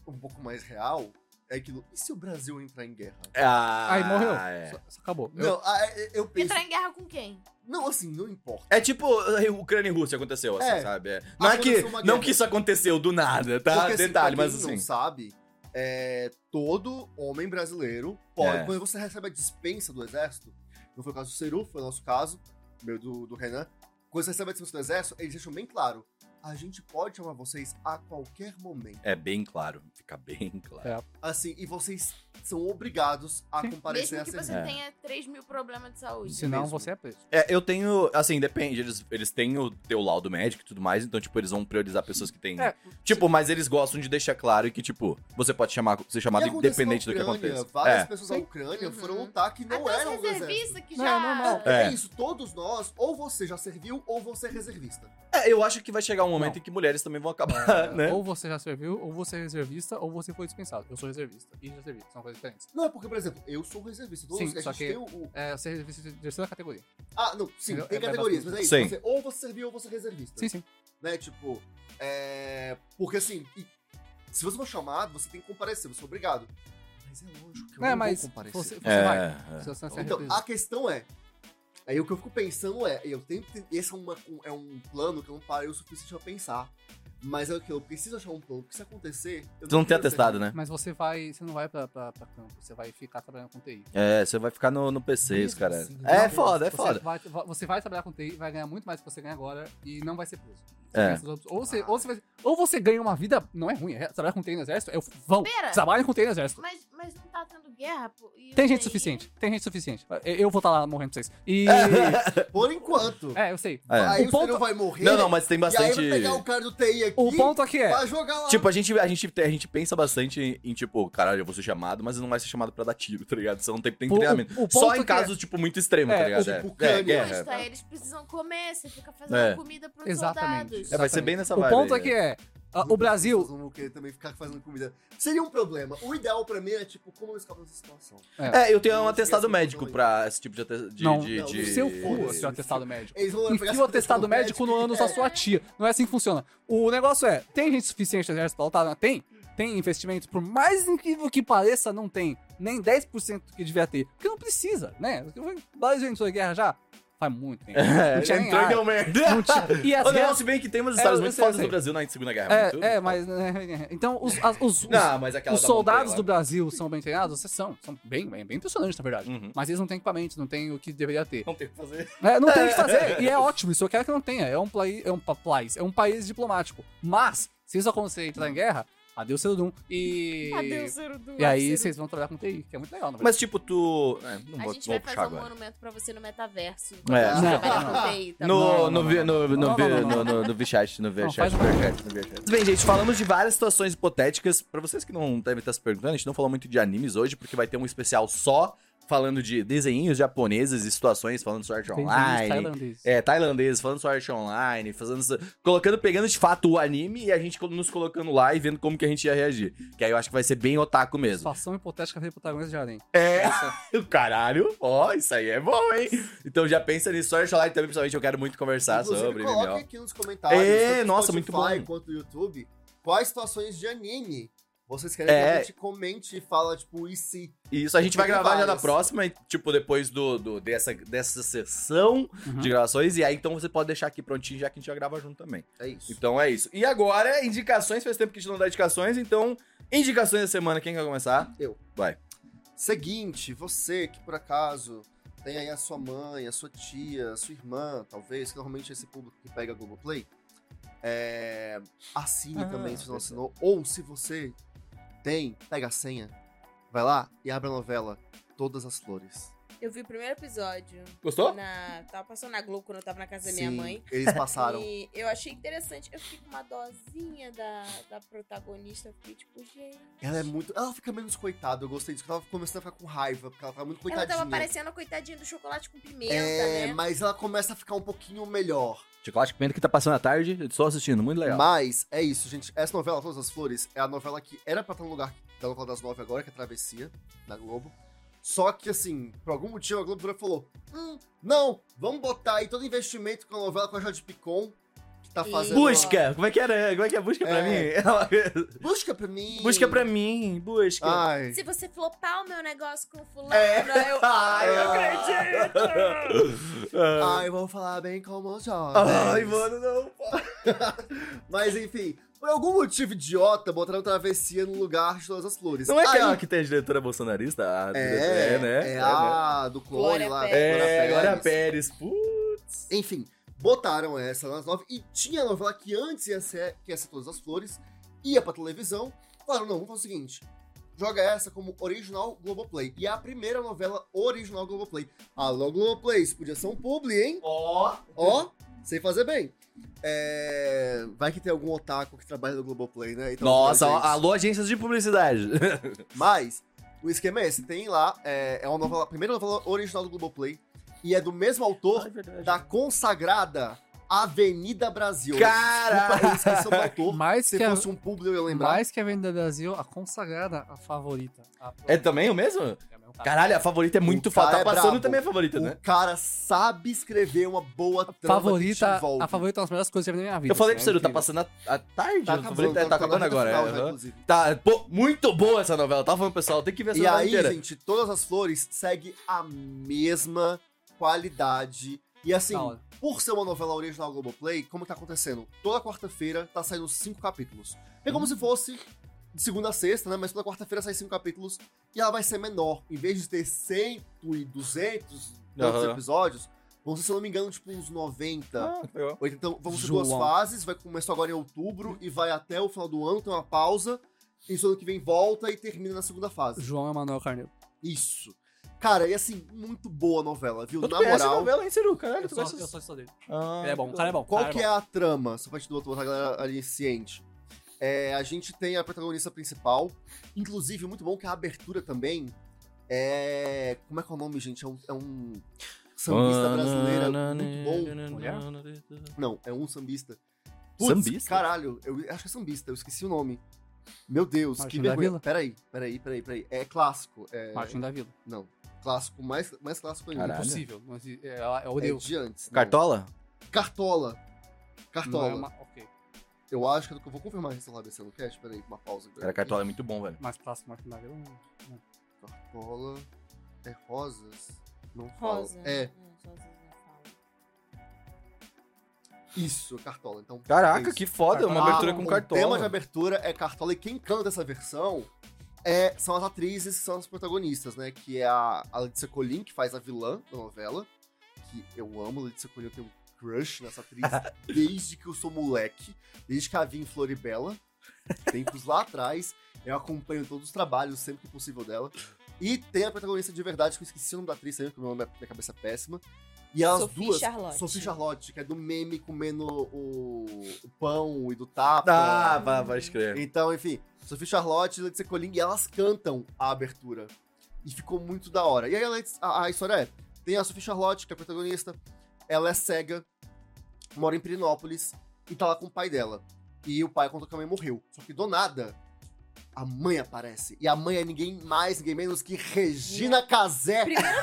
um pouco mais real. É aquilo. E se o Brasil entrar em guerra? Ah, Aí morreu. É. Só, só acabou. Eu- Não, ah, é- eu penso. Entrar em guerra com quem? Não, assim, não importa. É tipo uh, Ucrânia e Rússia aconteceu, assim, É. sabe? É. Não, é que, Aconteceu uma não guerra. que isso aconteceu do nada, tá? Porque, assim, Detalhe, pra mas quem não assim. sabe, é, todo homem brasileiro pode. É. Quando você recebe a dispensa do exército, não foi o caso do Ceru, foi o nosso caso, meu do, do Renan. Quando você recebe a dispensa do exército, eles deixam bem claro: a gente pode chamar vocês a qualquer momento. É bem claro, fica bem claro. É. Assim, e vocês são obrigados a Sim. comparecer Mesmo a que serviço. você É. tenha 3 mil problemas de saúde. Senão mesmo. você é preso. É, eu tenho, assim, depende, eles, eles têm o teu laudo médico e tudo mais, então, tipo, eles vão priorizar pessoas que têm. É. Tipo, mas eles gostam de deixar claro que, tipo, você pode chamar, ser E chamado aconteceu independente na do que Ucrânia, aconteça. Várias É. pessoas da Ucrânia foram Uhum. lutar que não Até eram os do exército. reservistas que Não, já... é normal. Não, É. é isso, todos nós, ou você já serviu, ou você é reservista. É, eu acho que vai chegar um momento Não. em que mulheres também vão É, acabar, [LAUGHS] [LAUGHS] né? Ou você já serviu, ou você é reservista, ou você foi dispensado. Eu sou reservista e já servi, são coisas diferentes. Não, é porque, por exemplo, eu sou reservista. Todos Sim, a gente só que- tem o, o- É, ser reservista de terceira categoria. Ah, não, sim, Entendeu? tem É categorias, mas bastante- é isso. Sim. Você, ou você serviu ou você é reservista. Sim, sim. Né, tipo, é... Porque assim, e- se você for chamado, você tem que comparecer, você é obrigado. Mas é lógico que eu Não, não mas vou comparecer. você, você É, vai. é. Se você não é Então, represa. a questão é. Aí o que eu fico pensando é, eu tenho que- esse é, uma- um- é um plano que eu não parei o suficiente pra pensar. Mas é o que eu preciso achar um plano, porque se acontecer. eu Tu não tem quero ser- atestado, né? Mas você vai. Você não vai pra, pra, pra campo, você vai ficar trabalhando com TI. É, você vai ficar no, no PC, Mesmo cara. assim, é não, foda, é Você foda. Vai, você vai trabalhar com TI, vai ganhar muito mais do que você ganha agora e não vai ser preso. Você É. tem essas opções. Ou você, ou, você vai- ou você ganha uma vida, não é ruim, é trabalhar com TI no exército, é o vão. Pera. Trabalhem com TI no exército. Mas, mas não tá tendo guerra, pô. e assim, Tem o gente TI? suficiente, tem gente suficiente. Eu- Eu vou estar lá morrendo pra vocês. E. Por enquanto. é, eu sei. É. Aí O o, ponto- Ciro vai morrer. Não, não, mas tem E aí bastante. vai pegar o cara do TI aqui. O ponto aqui é. Vai jogar lá. Tipo, a gente, a, gente, a gente pensa bastante em, em, tipo, caralho, eu vou ser chamado, mas não vai ser chamado pra dar tiro, tá ligado? Você não tem, tem O- o- treinamento. o ponto Só que em é- casos, tipo, muito extremo, É, tá ligado? o- É, o é, cano- guerra. Custa, eles precisam comer, você fica fazendo É. comida pros Exatamente. soldados. É, vai ser bem nessa O vibe ponto aí, aqui é. ah, o Brasil. Não vão querer também ficar fazendo comida. Seria um problema. O ideal pra mim é, tipo, como eu escapo dessa situação? É, eu tenho Não um esquece atestado do médico controle. pra esse tipo de atestado. De, Não, de, não, de- O seu cu, [LAUGHS] Foda-se. seu atestado médico. Eles vão Enfia o atestado médico no ânus da é, sua tia. Não é assim que funciona. O negócio é, tem gente suficiente no exército pra lutar? Não, Tem. Tem investimento. Por mais incrível que pareça, não tem. Nem 10% que devia ter. Porque não precisa, né? Vários já entrou em guerra já? Faz [LAUGHS] muito tempo. É, Não tinha nem entrou e arma. deu merda. [LAUGHS] Não tinha- E as Ou não, guerras... se bem que tem umas É, histórias eu muito sei, eu fodas sei. do Brasil na Segunda Guerra. muito- É, é, mas... né, [LAUGHS] Então, os, as- os, os, Não, mas aquela os da montanha soldados lá. do Brasil são bem treinados? Vocês são. São bem, bem, bem impressionantes, na verdade. Uhum. Mas eles não têm equipamento, não têm o que deveria ter. Não tem o que fazer. É, não tem o que fazer. E é ótimo, isso eu quero que não tenha. É um, plai, é um, pa- plais, é um país diplomático. Mas, se isso acontecer e entrar em guerra, adeus Celudum. E. Cadê o Ciro do E aí Ciro? vocês vão trabalhar com TI, que é muito legal, na verdade. Mas, tipo, tu. É, não A vou, gente vou vai puxar fazer um agora. monumento pra você no metaverso. É. Você Não. trabalha com Não. TI, tá bom? No, bom? no, vi- no, no, Não, vi- não, no, não, no, no VChat, no VChat, faz um no uma- É. VChat, no VChat. Mas um- Bem, gente, falamos de várias situações hipotéticas. Pra vocês que não devem estar se perguntando, a gente não falou muito de animes hoje, porque vai ter um especial só falando de desenhinhos japoneses e situações, falando sobre arte online. tailandeses. É, tailandês, falando sobre arte online, fazendo, essa- colocando, pegando de fato o anime e a gente col- nos colocando lá e vendo como que a gente ia reagir. Que aí eu acho que vai ser bem otaku mesmo. Situação hipotética de protagonista de Arém. É, [LAUGHS] Essa- caralho, ó, isso aí é bom, hein? Então já pensa nisso, só arte online também, principalmente, eu quero muito conversar Inclusive, sobre coloquem MMO. aqui nos comentários. É, tanto no nossa, Spotify muito bom. Quanto no YouTube, quais situações de anime vocês querem que É. a gente comente e fala, tipo, e se? E Isso a gente vai Tem gravar já na várias. próxima, e, tipo, depois do, do- dessa, dessa sessão Uhum. de gravações. E aí, então, você pode deixar aqui prontinho, já que a gente já grava junto também. É isso. Então é isso. E agora, indicações. Faz tempo que a gente não dá indicações, então, indicações da semana. Quem quer começar? Seguinte, você que por acaso tem aí a sua mãe, a sua tia, a sua irmã, talvez, que normalmente é esse público que pega a Globoplay, é, assine Ah, também se você não verdade. assinou. Ou se você tem, pega a senha, vai lá e abre a novela Todas as Flores. Eu vi o primeiro episódio. Gostou? Na... Tava passando na Globo quando eu tava na casa da minha Sim, mãe. Eles passaram. [LAUGHS] E eu achei interessante. Eu fiquei com uma dosinha da, da protagonista. Eu fiquei tipo, gente. Ela é muito. Ela fica menos coitada, eu gostei disso, porque ela tava começando a ficar com raiva, porque ela tava muito Ela coitadinha. tava parecendo a coitadinha do chocolate com pimenta, é, né? mas ela começa a ficar um pouquinho melhor. Chocolate Pimenta que tá passando a tarde, só assistindo. Muito legal. Mas é isso, gente. Essa novela, Todas as Flores, é a novela que era pra estar no lugar da novela das nove agora, que é a Travessia, da Globo. Só que, assim, por algum motivo a Globo falou: hum, não, vamos botar aí todo investimento com a novela com a Jade Picon, que tá E- fazendo. uma- Busca! Como é que era? Como é que é busca pra É. mim? [LAUGHS] Busca pra mim! busca pra mim, busca. Ai. Se você flopar o meu negócio com fulano, É. [LAUGHS] eu... Ai, eu [LAUGHS] acredito! Ai, vou falar bem como os jovens. Ai, mano, não. Mas enfim, por algum motivo idiota, botaram travessia no lugar de todas as flores. Não é Aí- aquela que tem a diretora bolsonarista? A É, diretora- né? É, né? a do clone Glória lá. Pérez. Glória É, Pérez. Glória Pérez. Putz. Enfim, botaram essa nas nove. E tinha a novela que antes ia ser, que ia ser Todas as Flores, ia pra televisão. Falaram, não, vamos fazer o seguinte. Joga essa como original Globoplay. E é a primeira novela original Globoplay. Alô, Globoplay, isso podia ser um publi, hein? Ó. Ó, sei fazer bem. É, Vai que tem algum otaku que trabalha no Globoplay, né? Então, Nossa, gente. alô, agências de [LAUGHS] publicidade. Mas o esquema é esse: tem lá, é, é uma novela, a primeira novela original do Globoplay, e é do mesmo autor da consagrada Avenida Brasil. Desculpa, eu Cara! esqueci o autor. Mais Se é que, a, fosse um público, eu ia lembrar. mais que a Avenida Brasil, a consagrada, a favorita. A- É também o mesmo? É o meu cara. Caralho, a favorita é muito O cara foda. Tá é passando brabo. também a favorita, O né? cara sabe escrever uma boa trama Tá que te Favorita, envolve. a favorita é uma das melhores coisas que eu já vi na minha vida. Eu falei assim, pra é você, tá incrível. passando a, a tarde. Tá a acabando, favorita- tá acabando na reta agora. final, é, né, aham. inclusive. Tá, pô, muito boa essa novela. Tava falando, pessoal, tem que ver essa E novela aí, inteira. gente, todas as flores segue a mesma qualidade. E assim, Da hora. por ser uma novela original Globoplay, como que tá acontecendo? Toda quarta-feira tá saindo cinco capítulos. É Uhum. como se fosse de segunda a sexta, né? Mas toda quarta-feira sai cinco capítulos e ela vai ser menor. Em vez de ter 100 e 200 e tantos Aham. episódios, vão ser, se eu não me engano, tipo uns 90. Ah, legal. Ou então vão ser João. duas fases, vai começar agora em outubro e vai até o final do ano, tem uma pausa. E no ano que vem volta e termina na segunda fase. João Emanuel Carneiro. Isso. Cara, e assim, muito boa a novela, viu? Tu Na conhece a moral, novela, hein, Ciru? Caralho, Eu tu sou, gosta eu sou dele. Ah, Ele é bom, o cara é bom. o qual cara que é a trama? Só pra gente botar a galera ali ciente. É, a gente tem a protagonista principal, inclusive, muito bom que a abertura também é... Como é que é o nome, gente? É um, é um sambista brasileira muito bom. é Não, é um sambista. Putz, Sambista? Caralho, eu acho que é sambista, eu esqueci o nome. Meu Deus, que Martin da vergonha. Vila? Peraí, peraí, peraí, peraí. É clássico. É... bom. Martin da Vila. Não, clássico, mais, mais clássico ainda. Caralho. Impossível. mas, é, é o É Deus. de antes. não. Cartola? Cartola. Cartola. Não é uma- ok. Eu acho que eu vou confirmar isso lá desse ano cast. Peraí, uma pausa. Cara, Cartola é muito bom, velho. Mais clássico Martin da Vila. não. Cartola. É rosas? Não fala. Rosa. É, Rosa não fala. isso, Cartola. Então. Caraca, é que foda, uma Cartola. abertura com o Cartola. um tema de abertura é Cartola e quem canta essa versão é, são as atrizes que são as protagonistas, né? Que é a, a Letícia Colin, que faz a vilã da novela. Que eu amo, Letícia Colin, eu tenho um crush nessa atriz [LAUGHS] desde que eu sou moleque, desde que a vi em Floribela, tempos lá atrás. Eu acompanho todos os trabalhos sempre que possível dela. E tem a protagonista de verdade, que eu esqueci o nome da atriz também, porque o meu nome é minha cabeça é péssima. E elas Sophie duas. Charlotte. Sophie Charlotte, que é do meme comendo o, o pão e do tapa. Ah, vai, vai escrever. Então, enfim, Sophie Charlotte e Letícia Colin, e elas cantam a abertura. E ficou muito da hora. E aí a, Letícia- a- a história é: tem a Sophie Charlotte, que é a protagonista, ela é cega, mora em Pirinópolis e tá lá com o pai dela. E o pai conta que a mãe morreu. Só que do nada, a mãe aparece. E a mãe é ninguém mais, ninguém menos que Regina Casé Primeiro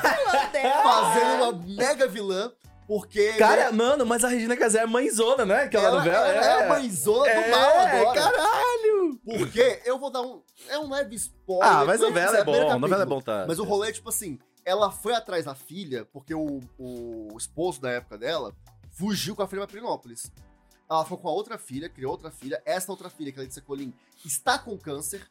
[LAUGHS] falando dela. fazendo uma mega vilã, porque. Cara, mano, mas a Regina Casé é mãezona, né? Aquela ela, novela. ela é a mãezona do mal agora. caralho! Porque eu vou dar um. É um leve spoiler. Ah, mas porque novela é é o primeiro bom, novela é capítulo. bom, tá? Mas o rolê é tipo assim: ela foi atrás da filha, porque o, o esposo da época dela fugiu com a filha pra Pirinópolis. Ela ficou com a outra filha, criou outra filha. Essa outra filha, que é a Letícia Colim, está com câncer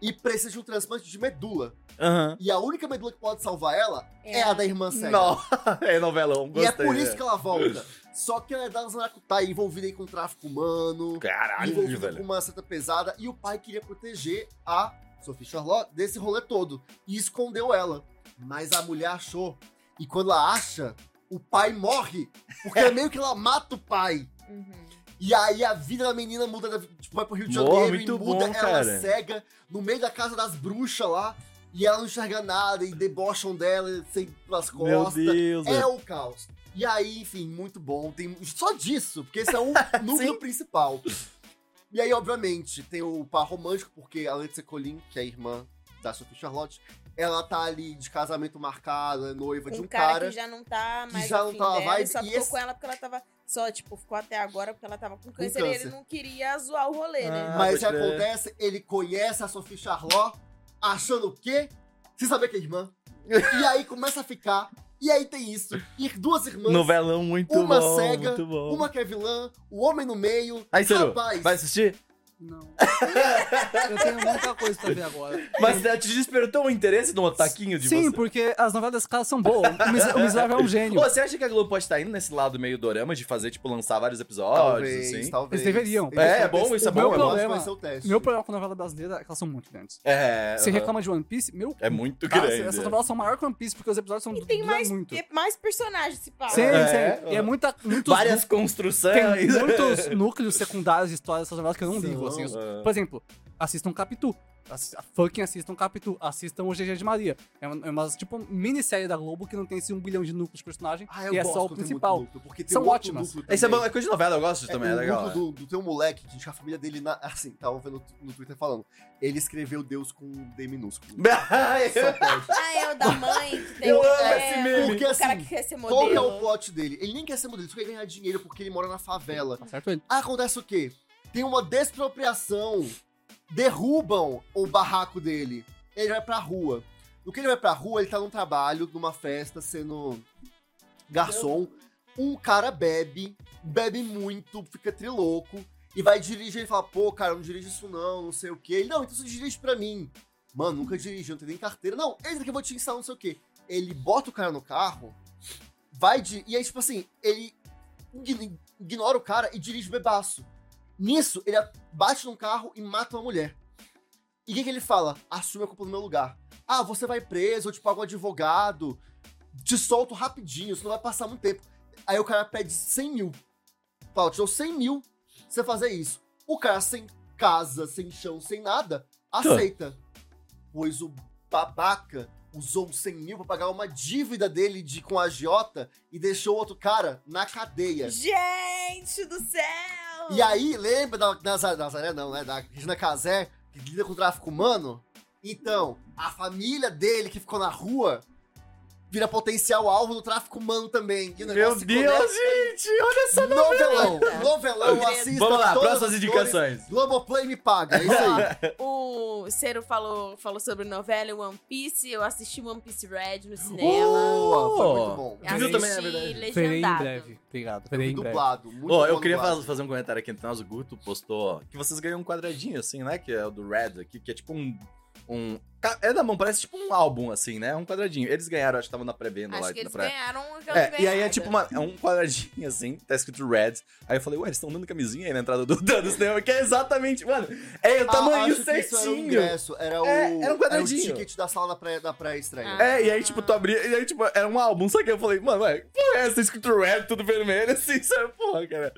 e precisa de um transplante de medula. Aham. E a única medula que pode salvar ela é, a da irmã cega. Não, [LAUGHS] é novelão, E gostei. é por isso né? que ela volta. Só que ela é da Zanacutá, envolvida aí com tráfico humano Caralho, envolvida com velho. uma seta pesada e o pai queria proteger a Sophie Charlotte desse rolê todo e escondeu ela. Mas a mulher achou e quando ela acha, o pai morre, [LAUGHS] porque é meio que ela mata o pai. Uhum. E aí a vida da menina muda, da- tipo, vai pro Rio de Morra, Janeiro e muito muda, bom, ela cara. cega no meio da casa das bruxas lá e ela não enxerga nada e debocham dela sem pelas Meu costas. Deus, É velho. o caos. E aí, enfim, muito bom. Tem só disso, porque esse [LAUGHS] é o núcleo principal. E aí, obviamente, tem o par romântico, porque a Letícia Colin, que é a irmã da Sophie Charlotte, ela tá ali de casamento marcado, é noiva de Um um cara, cara. que já não tá que mais já já não fim tá na dela, vibe, e só e ficou esse- com ela porque ela tava só, tipo, ficou até agora porque ela tava com câncer, e câncer. ele não queria zoar o rolê, Ah, né? Mas pode crer. acontece, ele conhece a Sophie Charlot, achando o quê? Sem saber que é irmã. E aí começa a ficar. E aí tem isso. E duas irmãs. Novelão muito uma bom, cega, muito bom. Uma que é vilã, o homem no meio. Aí, Ciro, Rapaz, vai assistir? [LAUGHS] Não. eu tenho muita coisa pra ver agora. Mas né, te despertou o interesse num otaquinho de Sim, você? porque as novelas desse cara são boas. O Mis- O Miserável [LAUGHS] é um Ô, gênio. Você acha que a Globo pode estar indo nesse lado meio dorama de fazer, tipo, lançar vários episódios, talvez, assim? talvez. Eles deveriam. Eles É, é deveriam bom, testar. isso é O bom, meu é bom. problema vai ser o teste. Meu problema com novela brasileira é que elas são muito grandes. É. Você aham. reclama de One Piece? Meu É Ah, muito cara, grande. essas novelas são maior que One Piece, porque os episódios são E tem duram mais, muito. tem mais personagens, se pá. Sim, É, sim. E é muita, muitos, Várias [LAUGHS] construções. tem muitos núcleos secundários de histórias dessas novelas que eu não ligo, assim. é. Por exemplo, assistam Capitu. Assi- Fucking assistam Capitu. Assistam o GG de Maria. É uma, é uma, tipo, minissérie da Globo que não tem esse um bilhão de núcleos de personagem. Ah, eu e é gosto só o quando tem muito principal. núcleo, porque tem um São outro ótimas. núcleo Isso é, também. bom, é coisa de novela, eu gosto também, é o legal. [LAUGHS] grupo do, do teu moleque, que a família dele, na- assim, tava vendo no Twitter falando. Ele escreveu Deus com D [LAUGHS] minúsculo. Só pode. Ah, é o da [LAUGHS] mãe que tem Eu o amo é, esse meme. Porque, o cara assim, que quer ser Qual que é modelo. o plot dele? Ele nem quer ser modelo, ele só quer ganhar dinheiro porque ele mora na favela. Tá certo ele? Ah, Acontece o quê? Tem uma despropriação. Derrubam o barraco dele. Ele vai pra rua. No que ele vai pra rua, ele tá num trabalho, numa festa, sendo garçom. Um cara bebe, bebe muito, fica trilouco. E vai dirigir e fala, pô, cara, não dirige isso não, não sei o quê. Ele, não, então você dirige pra mim. Mano, nunca dirigi, não tem nem carteira. Não, entra que eu vou te ensinar não sei o quê. Ele bota o cara no carro, vai de... E aí, tipo assim, ele ign- ignora o cara e dirige bebaço. Nisso, ele a- bate num carro e mata uma mulher. E o que, que ele fala? Assume a culpa no meu lugar. Ah, você vai preso, eu te pago um advogado, te solto rapidinho, isso não vai passar muito tempo. Aí o cara pede 100 mil. Fala, te dou 100 mil pra você fazer isso. O cara sem casa, sem chão, sem nada, aceita. Pois o babaca usou os 100 mil pra pagar uma dívida dele de, com a agiota e deixou o outro cara na cadeia. Gente do céu! E aí, lembra da da Nazaré, Nazaré não, né? Da Regina Casé, que lida com o tráfico humano? Então, a família dele que ficou na rua vira potencial alvo do tráfico humano também. E o Meu negócio se Deus, é gente! Olha conecta. Novelão! Novelão, Vamos assista Vamos lá, todas próximas as indicações. cores. Globoplay me paga, é isso aí. O Cero falou, falou sobre novela e One Piece. Eu assisti One Piece Red no cinema. Oh! Boa, foi muito bom. Tu viu também, na verdade? assisti Verei em legendado. breve. Obrigado. Verei em breve. Dublado, muito Ó, bom eu queria dublado. fa- fazer um comentário aqui entre nós. O Guto postou que vocês ganham um quadradinho, assim, né? Que é o do Red aqui, que é tipo um. um ca- é da mão, parece tipo um álbum, assim, né? Um quadradinho. Eles ganharam, acho que estavam na pré-venda lá. Acho na que eles pré- ganharam. um Então, eu não É, ganhei e aí é nada. tipo uma- é um quadradinho assim, tá escrito red. Aí eu falei, ué, eles estão dando camisinha aí na entrada do [LAUGHS] Dano Cinema, que é exatamente, mano, é o Ah, tamanho acho que isso era o certinho. ingresso, era o, É, era um quadradinho. era o ticket da sala da pré- da pré-estreia. Ah. É, e aí, tipo, tu abria, e aí, tipo, era um álbum, só que eu falei, mano, ué, que porra é essa? Tá escrito red, tudo vermelho, [LAUGHS] assim, sabe? Porra, cara.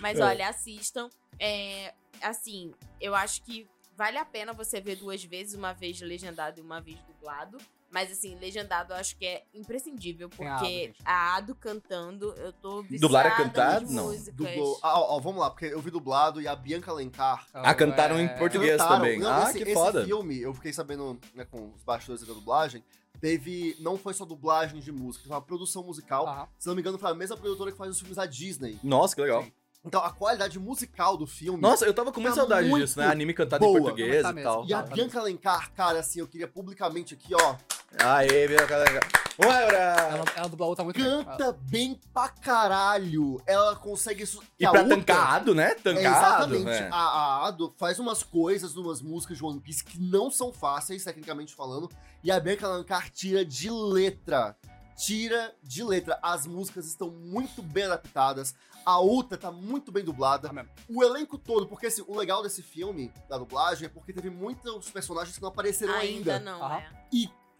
Mas olha, assistam. É, assim, eu acho que vale a pena você ver duas vezes, uma vez legendado e uma vez dublado. Mas assim, legendado eu acho que é imprescindível, Tem a Ado, porque gente. a Ado cantando, eu tô viciada Dublar é nas cantado? Não. músicas. Dublou. Ah, ó, ó, vamos lá, porque eu vi dublado e a Bianca Alencar Ah, é, cantaram em português. também. Não, Ah, esse, que esse foda. filme, eu fiquei sabendo né, com os bastidores da dublagem, teve. Não foi só dublagem de música, teve uma produção musical. é, Aham. Se não me engano, foi a mesma produtora que faz os filmes da Disney. Nossa, que legal. Então a qualidade musical do filme. Nossa, eu tava com muita Tá saudade muito disso, né? Anime cantado boa. em português Tá e mesmo. tal. e a tá Bianca Alencar, cara, assim, eu queria publicamente aqui, ó. Aê, meu cara. Um Ela, euro! ela dubla outra muito bem. Canta bem pra caralho. Ela consegue. su- E a pra tá outra- tancado, né? É, Tancado, exatamente. né? A, a Ado faz umas coisas, umas músicas de One Piece que não são fáceis, tecnicamente falando, e a Bianca Lancar tira de letra. Tira de letra. As músicas estão muito bem adaptadas, a outra tá muito bem dublada. Tá Ah, mesmo. o elenco todo, porque assim, o legal desse filme, da dublagem, é porque teve muitos personagens que não apareceram Ainda ainda. não, Aham. é.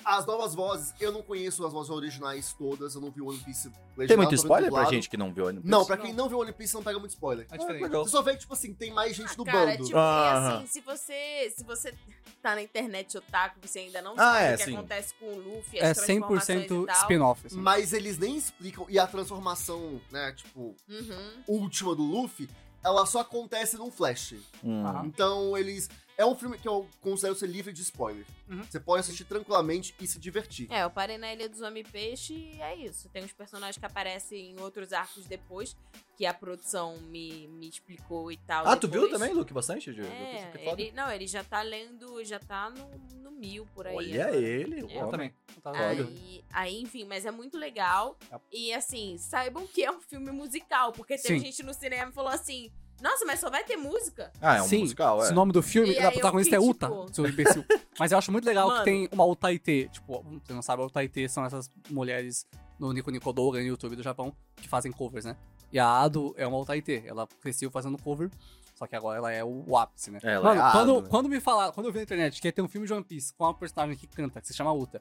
As novas vozes, eu não conheço as vozes originais todas, eu não vi One Piece legendado. Tem muito só vi spoiler pra dublado. gente que não viu One Piece? tá Não, pra quem não viu One Piece não pega muito spoiler. É diferente. legal. Você só vê que, tipo assim, tem mais gente no Cara, bando. tipo, e Aham. assim, se você, se você tá na internet otaku, você ainda não Ah, sabe é, o que sim. acontece com o Luffy, as É transformações e 100% tal. spin-off. assim. Mas eles nem explicam. E a transformação, né, tipo, Uhum. última do Luffy, ela só acontece num flash. Hum. Aham. Então eles. É um filme que eu considero ser livre de spoiler. Uhum. Você pode assistir tranquilamente e se divertir. Um É, eu parei na Ilha dos Homem Peixe e é isso. Tem uns personagens que aparecem em outros arcos depois, que a produção me, me explicou e tal. Ah, tu viu depois. também, Luke? Bastante? De, do- que É, foda. ele, não, ele já tá lendo, já tá no, no mil por aí. Olha agora. ele, o É. Eu homem. também. Tá Eu tava- Olha. Aí, aí, enfim, mas é muito legal. É. E assim, saibam que é um filme musical, porque teve Sim. gente no cinema e falou assim: Nossa, mas só vai ter música? Ah, é um Sim, musical, é. esse nome do filme, E da aí eu protagonista é fiquei, Uta, tipo- seu [LAUGHS] imbecil. Mas eu acho muito legal Mano. que tem uma Utaite. Tipo, você não sabe, a Utaite são essas mulheres no Nico Nico Douga, no YouTube do Japão, que fazem covers, né? E a Ado é uma Utaite. Ela cresceu fazendo cover, só que agora ela é o, o ápice, né? Ela Mano, é a quando, Ado, né? quando me falaram, quando eu vi na internet que ia ter um filme de One Piece com uma personagem que canta, que se chama Uta,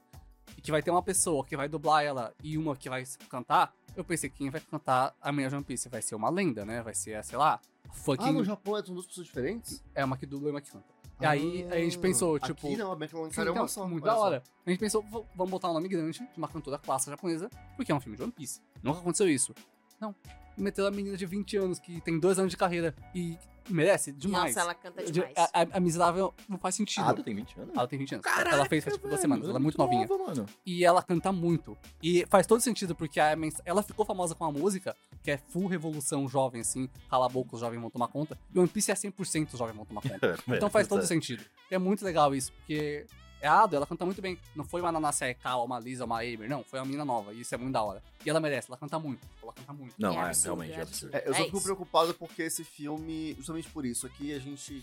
e que vai ter uma pessoa que vai dublar ela e uma que vai cantar, eu pensei, quem vai cantar a minha de One Piece? Vai ser uma lenda, né? Vai ser, sei lá, Ah, fucking no Japão é com duas pessoas diferentes? Ah, é uma que dubla e uma que canta. E aí a gente pensou, tipo. Aqui não, a Beck Lancaster Então, é então, uma só. muito olha da só. hora. A gente pensou, "V- vamos botar um nome grande de uma cantora clássica japonesa, porque é um filme de One Piece. Nunca aconteceu isso. Não. Meteu a menina de 20 anos, que tem dois anos de carreira e merece demais. Nossa, ela canta De- demais. a, a- a miserável não faz sentido. A Ah, Ado tem 20 anos? Ah, Ela tem 20 anos. Caraca, ela fez faz tipo duas velho, semanas, ela é muito novinha. nova, mano. E ela canta muito. E faz todo sentido, porque a mens- ela ficou famosa com a música, que é full revolução jovem, assim, cala a boca, os jovens vão tomar conta. E One Piece é 100% os jovens vão tomar conta. Então faz todo sentido. E é muito legal isso, porque é a Ado, ela canta muito bem. Não foi uma Nanase Eka, uma Lisa, uma Emer, não. Foi uma menina nova, e isso é muito da hora. E ela merece, ela canta muito. Ela canta muito. Não, É é, absurdo, realmente, é é absurdo. É, eu só É fico isso. preocupado porque esse filme, justamente por isso, aqui a gente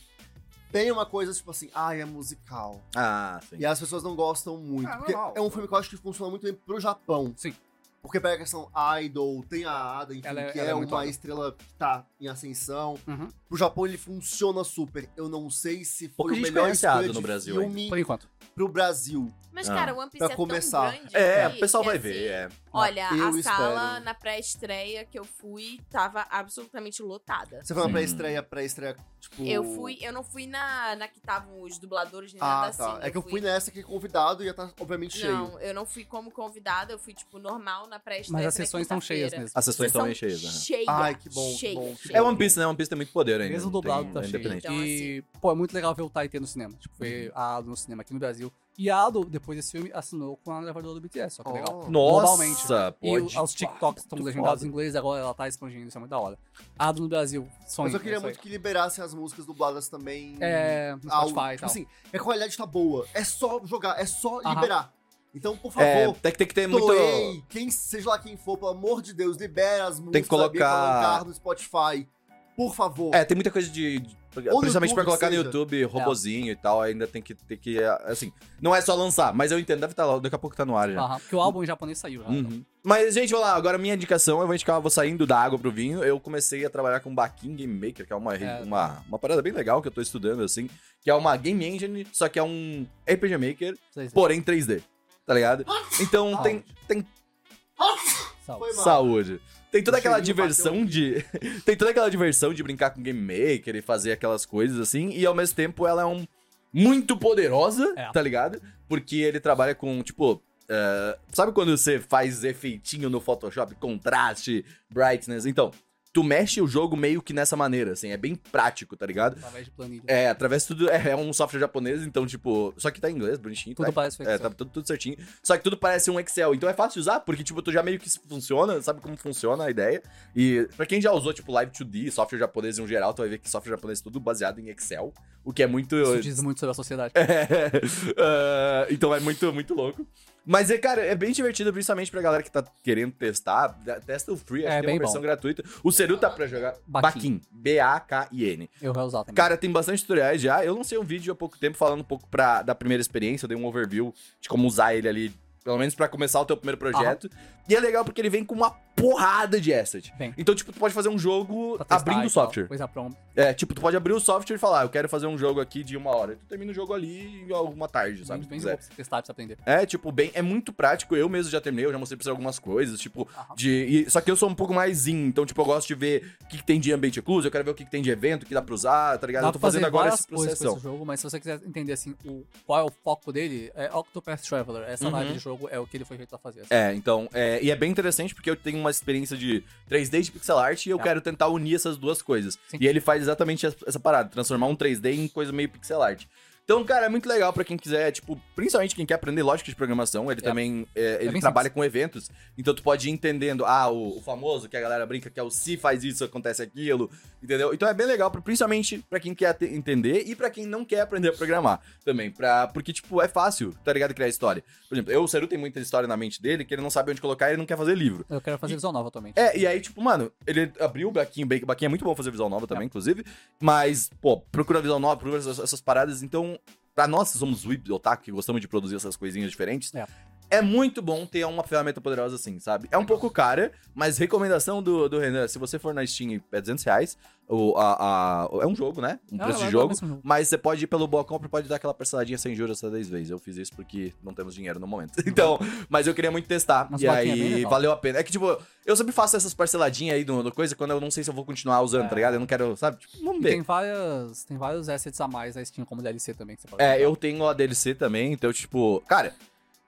tem uma coisa tipo assim, ah, é musical. Ah, sim. E as pessoas não gostam muito. Ah, porque normal. é um filme que eu acho que funciona muito bem pro Japão. Sim. Porque pega a questão idol, tem a Ada, enfim, Ela é- que ela é é muito uma foda. estrela que tá em ascensão. Uhum. Pro Japão ele funciona super. Eu não sei se foi Pouca o gente melhor conhece a Ada escolha no de Brasil filme Por enquanto. pro Brasil. Mas, Ah, cara, One Piece pra é tão começar. grande. É, que- o pessoal que, vai assim, ver, é. Olha, Eu a sala espero. na pré-estreia que eu fui tava absolutamente lotada. Você foi uma Sim. pré-estreia, pré-estreia, tipo. Eu fui, eu não fui na, na que estavam os dubladores nem Ah, nada tá. assim. é que eu fui nessa que convidado e ia estar, obviamente, cheio. Não, eu não fui como convidada, eu fui, tipo, normal na pré-estreia. Mas as foi na sessões estão cheias quinta-feira. mesmo. As sessões estão Sessão bem cheias, né? Cheia, Ai, que bom, que cheia, bom, que cheia. É One Piece, né? One Piece tem muito poder ainda. Mesmo não tem- dublado tá é cheio. independente. Então, e, pô, é muito legal ver o Taitê no cinema. Tipo, ver a Ado no cinema aqui no Brasil. E a Ado, depois desse filme, assinou com a gravadora do BTS, ó que legal. Oh. Globalmente. Nossa, E pode. os os TikToks estão Muito legendados em foda. inglês, agora ela tá expandindo, isso é muito da hora. A Ado no Brasil, sonho. Mas eu queria né, isso aí. muito que liberassem as músicas dubladas também. É, no ao- Spotify e tipo tal. assim, a qualidade tá boa. É só jogar, é só Aham. liberar. Então, por É, favor, tem que, tem que ter muito. Toei, quem, seja lá quem for, pelo amor de Deus, libera as músicas que colocar- pra colocar no Spotify. Por favor. É, tem muita coisa de. de- no principalmente YouTube pra colocar que no seja. YouTube, robozinho e tal, ainda tem que ter que. Assim, não é só lançar, mas eu entendo, deve estar lá, daqui a pouco tá no ar já. Aham, porque o álbum em japonês saiu já. então. Uhum. Mas, gente, vamos lá. Agora, minha indicação, eu vou indicar, eu vou saindo da água pro vinho. Eu comecei a trabalhar com Baking Game Maker, que é uma, É. uma, uma parada bem legal que eu tô estudando, assim. Que é uma game engine, só que é um RPG Maker, Vocês- porém 3D. Tá ligado? Então, Saúde. tem, tem Saúde. Foi mal. Saúde. Tem toda O aquela cheirinho diversão de. [LAUGHS] Tem toda aquela diversão de brincar com Game Maker e fazer aquelas coisas assim. E ao mesmo tempo ela é um. Muito poderosa, É. tá ligado? Porque ele trabalha com, tipo. eh, sabe quando você faz efeitinho no Photoshop? Contraste, brightness. Então, tu mexe o jogo meio que nessa maneira, assim. É bem prático, tá ligado? Através de planilha. É, através de tudo. É, é um software japonês, então, tipo. Só que tá em inglês, bonitinho. tá Tudo parece fake. é, tá tudo, tudo certinho. Só que tudo parece um Excel. Então é fácil de usar, porque, tipo, tu já meio que funciona, sabe como funciona a ideia. E pra quem já usou, tipo, Live 2D, software japonês em um geral, tu vai ver que software japonês é tudo baseado em Excel. O que é muito. Isso diz muito sobre a sociedade. [LAUGHS] É, ah, então é muito, muito louco. Mas, é, cara, é bem divertido, principalmente pra galera que tá querendo testar. Da- Testa o free, acho que É, tem bem uma versão bom. gratuita. O Seru tá pra jogar. Bakin. Bakin. B-A-K-I-N. Eu vou usar também. Cara, tem bastante tutoriais já. Eu lancei um vídeo há pouco tempo falando um pouco pra, da primeira experiência, eu dei um overview de como usar ele ali, pelo menos pra começar o teu primeiro projeto. E é legal porque ele vem com uma porrada de asset. Vem. Então, tipo, tu pode fazer um jogo Pra testar abrindo e o tal, software. Coisa pronta. É, tipo, tu pode abrir o software e falar, "Ah, eu quero fazer um jogo aqui de uma hora. E tu termina o jogo ali em alguma tarde, sabe? Bem, se bem quiser. bom pra você testar, pra você aprender. É, tipo, bem, é muito prático. Eu mesmo já terminei, eu já mostrei pra você algumas coisas, tipo, Aham. de. e- só que eu sou um pouco mais in, então, tipo, eu gosto de ver o que, que tem de ambiente incluso, eu quero ver o que, que tem de evento, o que dá pra usar, tá ligado? Dá eu tô fazendo agora essa coisas com processão. esse jogo, mas se você quiser entender assim o, qual é o foco dele, é Octopath Traveler, essa Uhum. vibe de jogo jogo é o que ele foi feito pra fazer. assim. É, então, é, e é bem interessante porque eu tenho uma experiência de 3D de pixel art e eu Tá. quero tentar unir essas duas coisas. Sim. E ele faz exatamente es- essa parada, transformar um 3D em coisa meio pixel art. Então, cara, é muito legal pra quem quiser, tipo, principalmente quem quer aprender lógica de programação, ele É. também é, ele bem trabalha com eventos, então tu pode ir entendendo, ah, o, o famoso que a galera brinca que é o se faz isso, acontece aquilo, entendeu? Então é bem legal, pra- principalmente pra quem quer te- entender e pra quem não quer aprender a programar também, pra, porque, tipo, é fácil, tá ligado, criar história. Por exemplo, eu, o Seru tem muita história na mente dele que ele não sabe onde colocar e ele não quer fazer livro. Eu quero fazer visão nova atualmente. É, e aí, tipo, mano, ele abriu o Baquinho, o Baquinho é muito bom fazer visual nova também, inclusive, mas, pô, procura visual nova, procura essas, essas paradas, então, pra nós que somos whip, otaku, que gostamos de produzir essas coisinhas diferentes, É. é muito bom ter uma ferramenta poderosa assim, sabe? É um pouco cara, mas recomendação do, do Renan, se você for na Steam, é 200 reais, o, a, a- é um jogo, né? Um Ah, preço lá, de lá jogo, mesmo jogo. mas você pode ir pelo Boa Compra e pode dar aquela parceladinha sem juros essa 10 vezes. Eu fiz isso porque não temos dinheiro no momento. [LAUGHS] Então, mas eu queria muito testar. Mas e plaquinha é bem aí legal. valeu a pena. É que, tipo, eu sempre faço essas parceladinhas aí do, do coisa quando eu não sei se eu vou continuar usando, É. tá ligado? Eu não quero, sabe? Tipo, vamos E ver. tem, várias, tem vários assets a mais na Steam, como DLC também, que você pode É, comprar. eu tenho a DLC também, então, tipo, cara,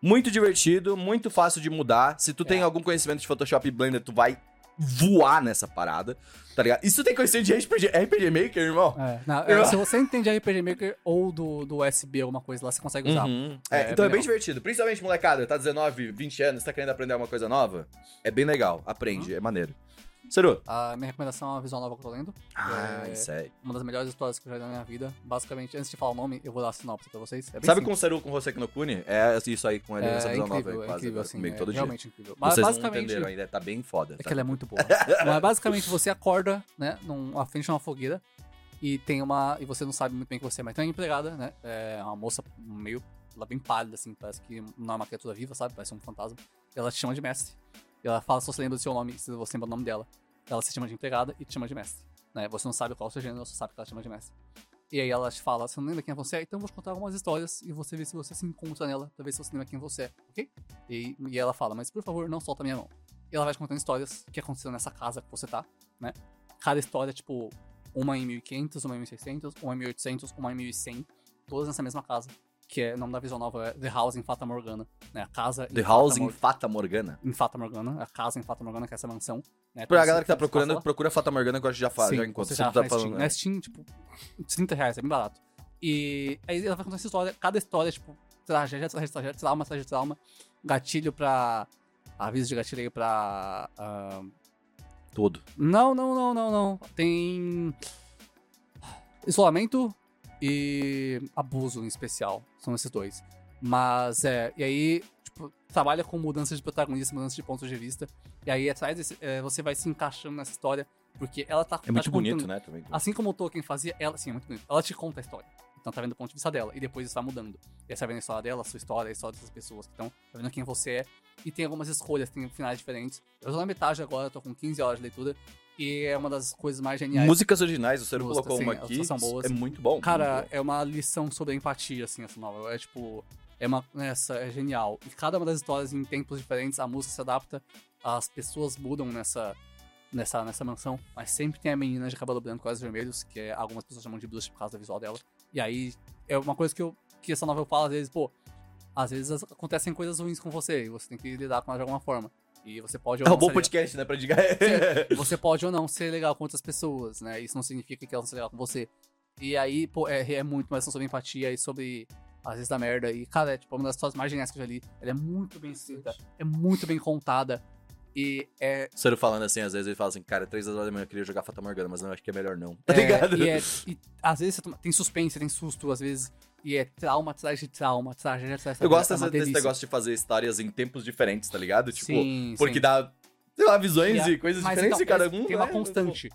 muito divertido, muito fácil de mudar. Se tu tem É. algum conhecimento de Photoshop e Blender, tu vai voar nessa parada, tá ligado? E se tu tem conhecimento de RPG, RPG Maker, irmão? É, não, Eu- é, se você entende RPG Maker ou do, do USB, alguma coisa lá, você consegue usar. Uhum. É, É, então é bem bem legal. divertido. Principalmente, molecada, tá 19, 20 anos, tá querendo aprender alguma coisa nova? É bem legal. Uhum. Aprende, é maneiro. Seru. A minha recomendação é uma visual nova que eu tô lendo. Ah, É. isso aí. Uma das melhores histórias que eu já li na minha vida. Basicamente, antes de falar o nome, eu vou dar a sinopse pra vocês. É bem Sabe simples. com o Seru com o Hoseki no Kune? É isso aí com ele nessa É visão incrível, nova, é quase incrível, assim. comigo é todo dia. realmente incrível. Mas Vocês não basicamente, entenderam ainda, tá bem foda. é tá? que ela é muito boa. Mas basicamente, você acorda, né, num, à frente de uma fogueira e tem uma... E você não sabe muito bem que você é, mas tem uma empregada, né? É uma moça meio... Ela bem pálida, assim, parece que não é uma criatura viva, sabe? Parece um fantasma. Ela te chama de mestre. E ela fala se você lembra do seu nome, se você lembra o nome dela. Ela se chama de empregada e te chama de mestre. Né? Você não sabe qual é o seu gênero, você sabe que ela te chama de mestre. E aí ela te fala, você não lembra quem você é? Então eu vou te contar algumas histórias e você vê se você se encontra nela, pra ver se você lembra quem você é, ok? E, e ela fala, mas por favor, não solta minha mão. E ela vai te contando histórias que aconteceram nessa casa que você tá, né? Cada história, é, tipo, uma em 1500, uma em 1600, uma em 1800, uma em 1100, todas nessa mesma casa, que é, o nome da visão nova é The House in Fata Morgana, né? A casa em The Fata House Morgana in Fata Morgana. em Fata Morgana, a casa em Fata Morgana, que é essa mansão. Né? Pra Tem galera que tá esse- procurando, esse- procura Fata Morgana que eu acho que já, fa... Sim, já encontra. você Você já tá na Steam. falando. Na Steam, tipo, 30 reais, é bem barato. E aí ela vai contando essa história, cada história, tipo, tragédia, tragédia, tragédia, trauma, tragédia, trauma, gatilho pra... Aviso de gatilho aí pra... ah, Todo. não, não, não, não, não. Tem. Isolamento e abuso em especial. São esses dois. Mas é. E aí, tipo, trabalha com mudanças de protagonista, mudanças de ponto de vista. E aí atrás desse- é, você vai se encaixando nessa história. Porque ela tá. É muito bonito, né? Também. Assim como o Tolkien fazia, ela, sim, é muito bonito. Ela te conta a história. Então tá vendo o ponto de vista dela. E depois isso vai mudando. E aí você vai vendo a história dela, a sua história, a história dessas pessoas que estão. Tá vendo quem você é. E tem algumas escolhas, tem finais diferentes. Eu tô na metade agora, eu tô com 15 horas de leitura. E é uma das coisas mais geniais. Músicas originais, o Seru Música, colocou sim, uma elas aqui. são boas. assim. É muito bom. Cara, é uma lição sobre a empatia, assim, essa novela. É tipo. É uma. Essa é genial. E cada uma das histórias em tempos diferentes, a música se adapta, as pessoas mudam nessa. Nessa, nessa mansão, mas sempre tem a menina de cabelo branco e olhos vermelhos, que é- algumas pessoas chamam de bruxa por causa da visual dela. E aí é uma coisa que, eu, que essa novela fala, às vezes, pô, às vezes as- acontecem coisas ruins com você e você tem que lidar com ela de alguma forma. E você pode. ou É um não bom ser- podcast, né? Pra diga. [LAUGHS] você pode ou não ser legal com outras pessoas, né? Isso não significa que elas não são legal com você. E aí, pô, é, é muito mais sobre empatia e sobre às vezes da merda. E, cara, é tipo uma das histórias mais geniais que eu já li. Ela é muito bem escrita, é muito bem contada. E é. O Seru falando assim, às vezes ele fala assim, cara, três horas da manhã eu queria jogar Fata Morgana, mas não, acho que é melhor não. Tá é- ligado? e é- e às vezes você toma- tem suspense, tem susto, às vezes. E é trauma atrás de trauma, tragédia atrás de tragédia. Eu gosto é uma dessa- desse delícia. negócio de fazer histórias em tempos diferentes, tá ligado? Tipo, Sim, porque sim. dá, sei lá, visões Yeah. e coisas Mas diferentes então, de cada mas um. tem uma né? constante.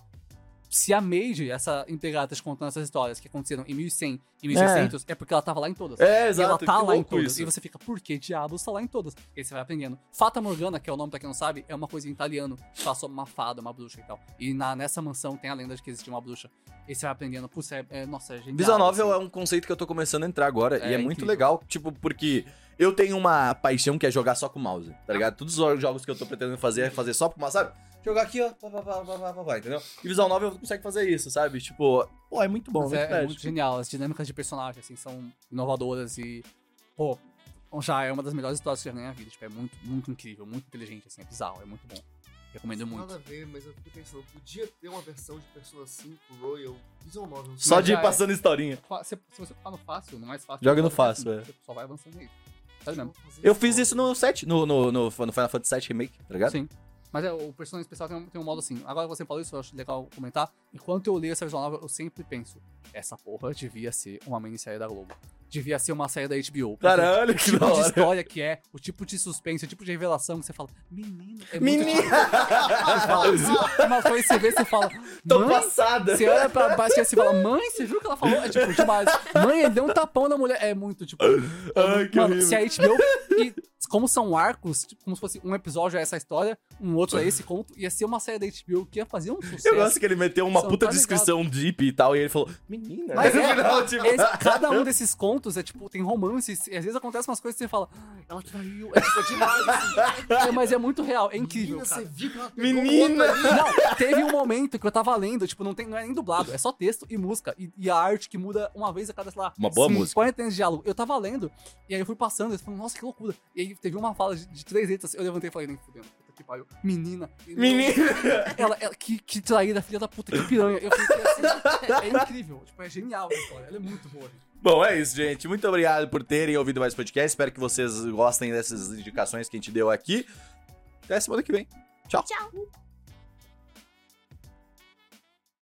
Se a Mage, essa empregada, tá te contando essas histórias que aconteceram em 1100 e 1600, é, porque ela tava lá em todas. É, E ela exato. tá que lá em louco todas. isso. E você fica, por que diabos tá lá em todas? E aí você vai aprendendo. Fata Morgana, que é o nome pra quem não sabe, é uma coisa em italiano. que Fala sobre uma fada, uma bruxa e tal. E na, nessa mansão tem a lenda de que existia uma bruxa. E você vai aprendendo. Putz, é, é- nossa, é genial. Visual novel assim. é um conceito que eu tô começando a entrar agora e É é muito incrível. legal, tipo, porque eu tenho uma paixão que é jogar só com o mouse, tá ligado? Todos os jogos que eu tô pretendendo fazer é fazer só com o mouse, sabe? Jogar aqui, ó, pá, pá, pá, pá, pá, pá, pá, entendeu? E Visual Novel consegue fazer isso, sabe? Tipo, pô, é muito bom, Mas é, é verdade. muito genial. As dinâmicas de personagem, assim, são inovadoras e. Pô, já é uma das melhores histórias que eu já li na minha vida. Tipo, é muito, muito incrível, muito inteligente, assim, é bizarro, é muito bom. Recomendo muito. Nada a ver, mas eu fico pensando, podia ter uma versão de Persona 5 Royal um Visual Novel. Só Mas de ir já é. passando historinha. Fa- Se, se você tá no fácil, no mais fácil. Joga você no só- fácil, é. Você só vai avançando aí. Sério mesmo. Eu fiz isso no 7, no, no, no, no Final Fantasy VII Remake, tá ligado? Sim. Mas é, o personagem especial tem um, tem um modo assim. Agora que você falou isso, eu acho legal comentar. Enquanto eu leio essa visual novel, eu sempre penso: essa porra devia ser uma minissérie da Globo. Devia ser uma série da HBO. porque Caralho, O que tipo da de hora. história que é, o tipo de suspense, o tipo de revelação que você fala, menino, é muito difícil." [LAUGHS] Você fala, [LAUGHS] Menina! "Ah", Uma coisa que você vê, você fala, [LAUGHS] Tô mãe, passada. você olha pra baixo e você fala, mãe, você viu o que ela falou? É tipo, demais. Mãe, ele deu um tapão na mulher. É muito, tipo. Ai, que mano, horrível. se é- a HBO. E como são arcos, tipo, como se fosse um episódio é essa história, um outro é esse conto, ia ser uma série da HBO que ia fazer um sucesso. Eu gosto que ele meteu uma Só puta tá descrição deep e tal, e ele falou, menina. [LAUGHS] Mas no é, final, tipo, Esse- cada um desses contos é tipo, tem romances, e às vezes acontecem umas coisas que você fala, "Ah, ela traiu, é tipo, é demais. [LAUGHS] assim. É, mas é muito real, é incrível. Menina, cara. você viu que ela pegou menina! outra- Não, teve um momento que eu tava lendo, tipo, não, tem, não é nem dublado, é só texto e música. E, e a arte que muda uma vez a cada, sei lá, Uma boa 50 música. 40 anos de diálogo. Eu tava lendo, e aí eu fui passando, eu falei, nossa, que loucura. E aí teve uma fala de, de três letras, eu levantei e falei, nem fudendo, puta que pariu. Menina. Menina! [LAUGHS] Ela, ela- que, que traída, filha da puta, que piranha. Eu fiquei assim, é incrível, tipo, é genial a história, ela é muito boa, gente. Bom, é isso, gente. Muito obrigado por terem ouvido mais podcast. Espero que vocês gostem dessas indicações que a gente deu aqui. Até semana que vem. Tchau.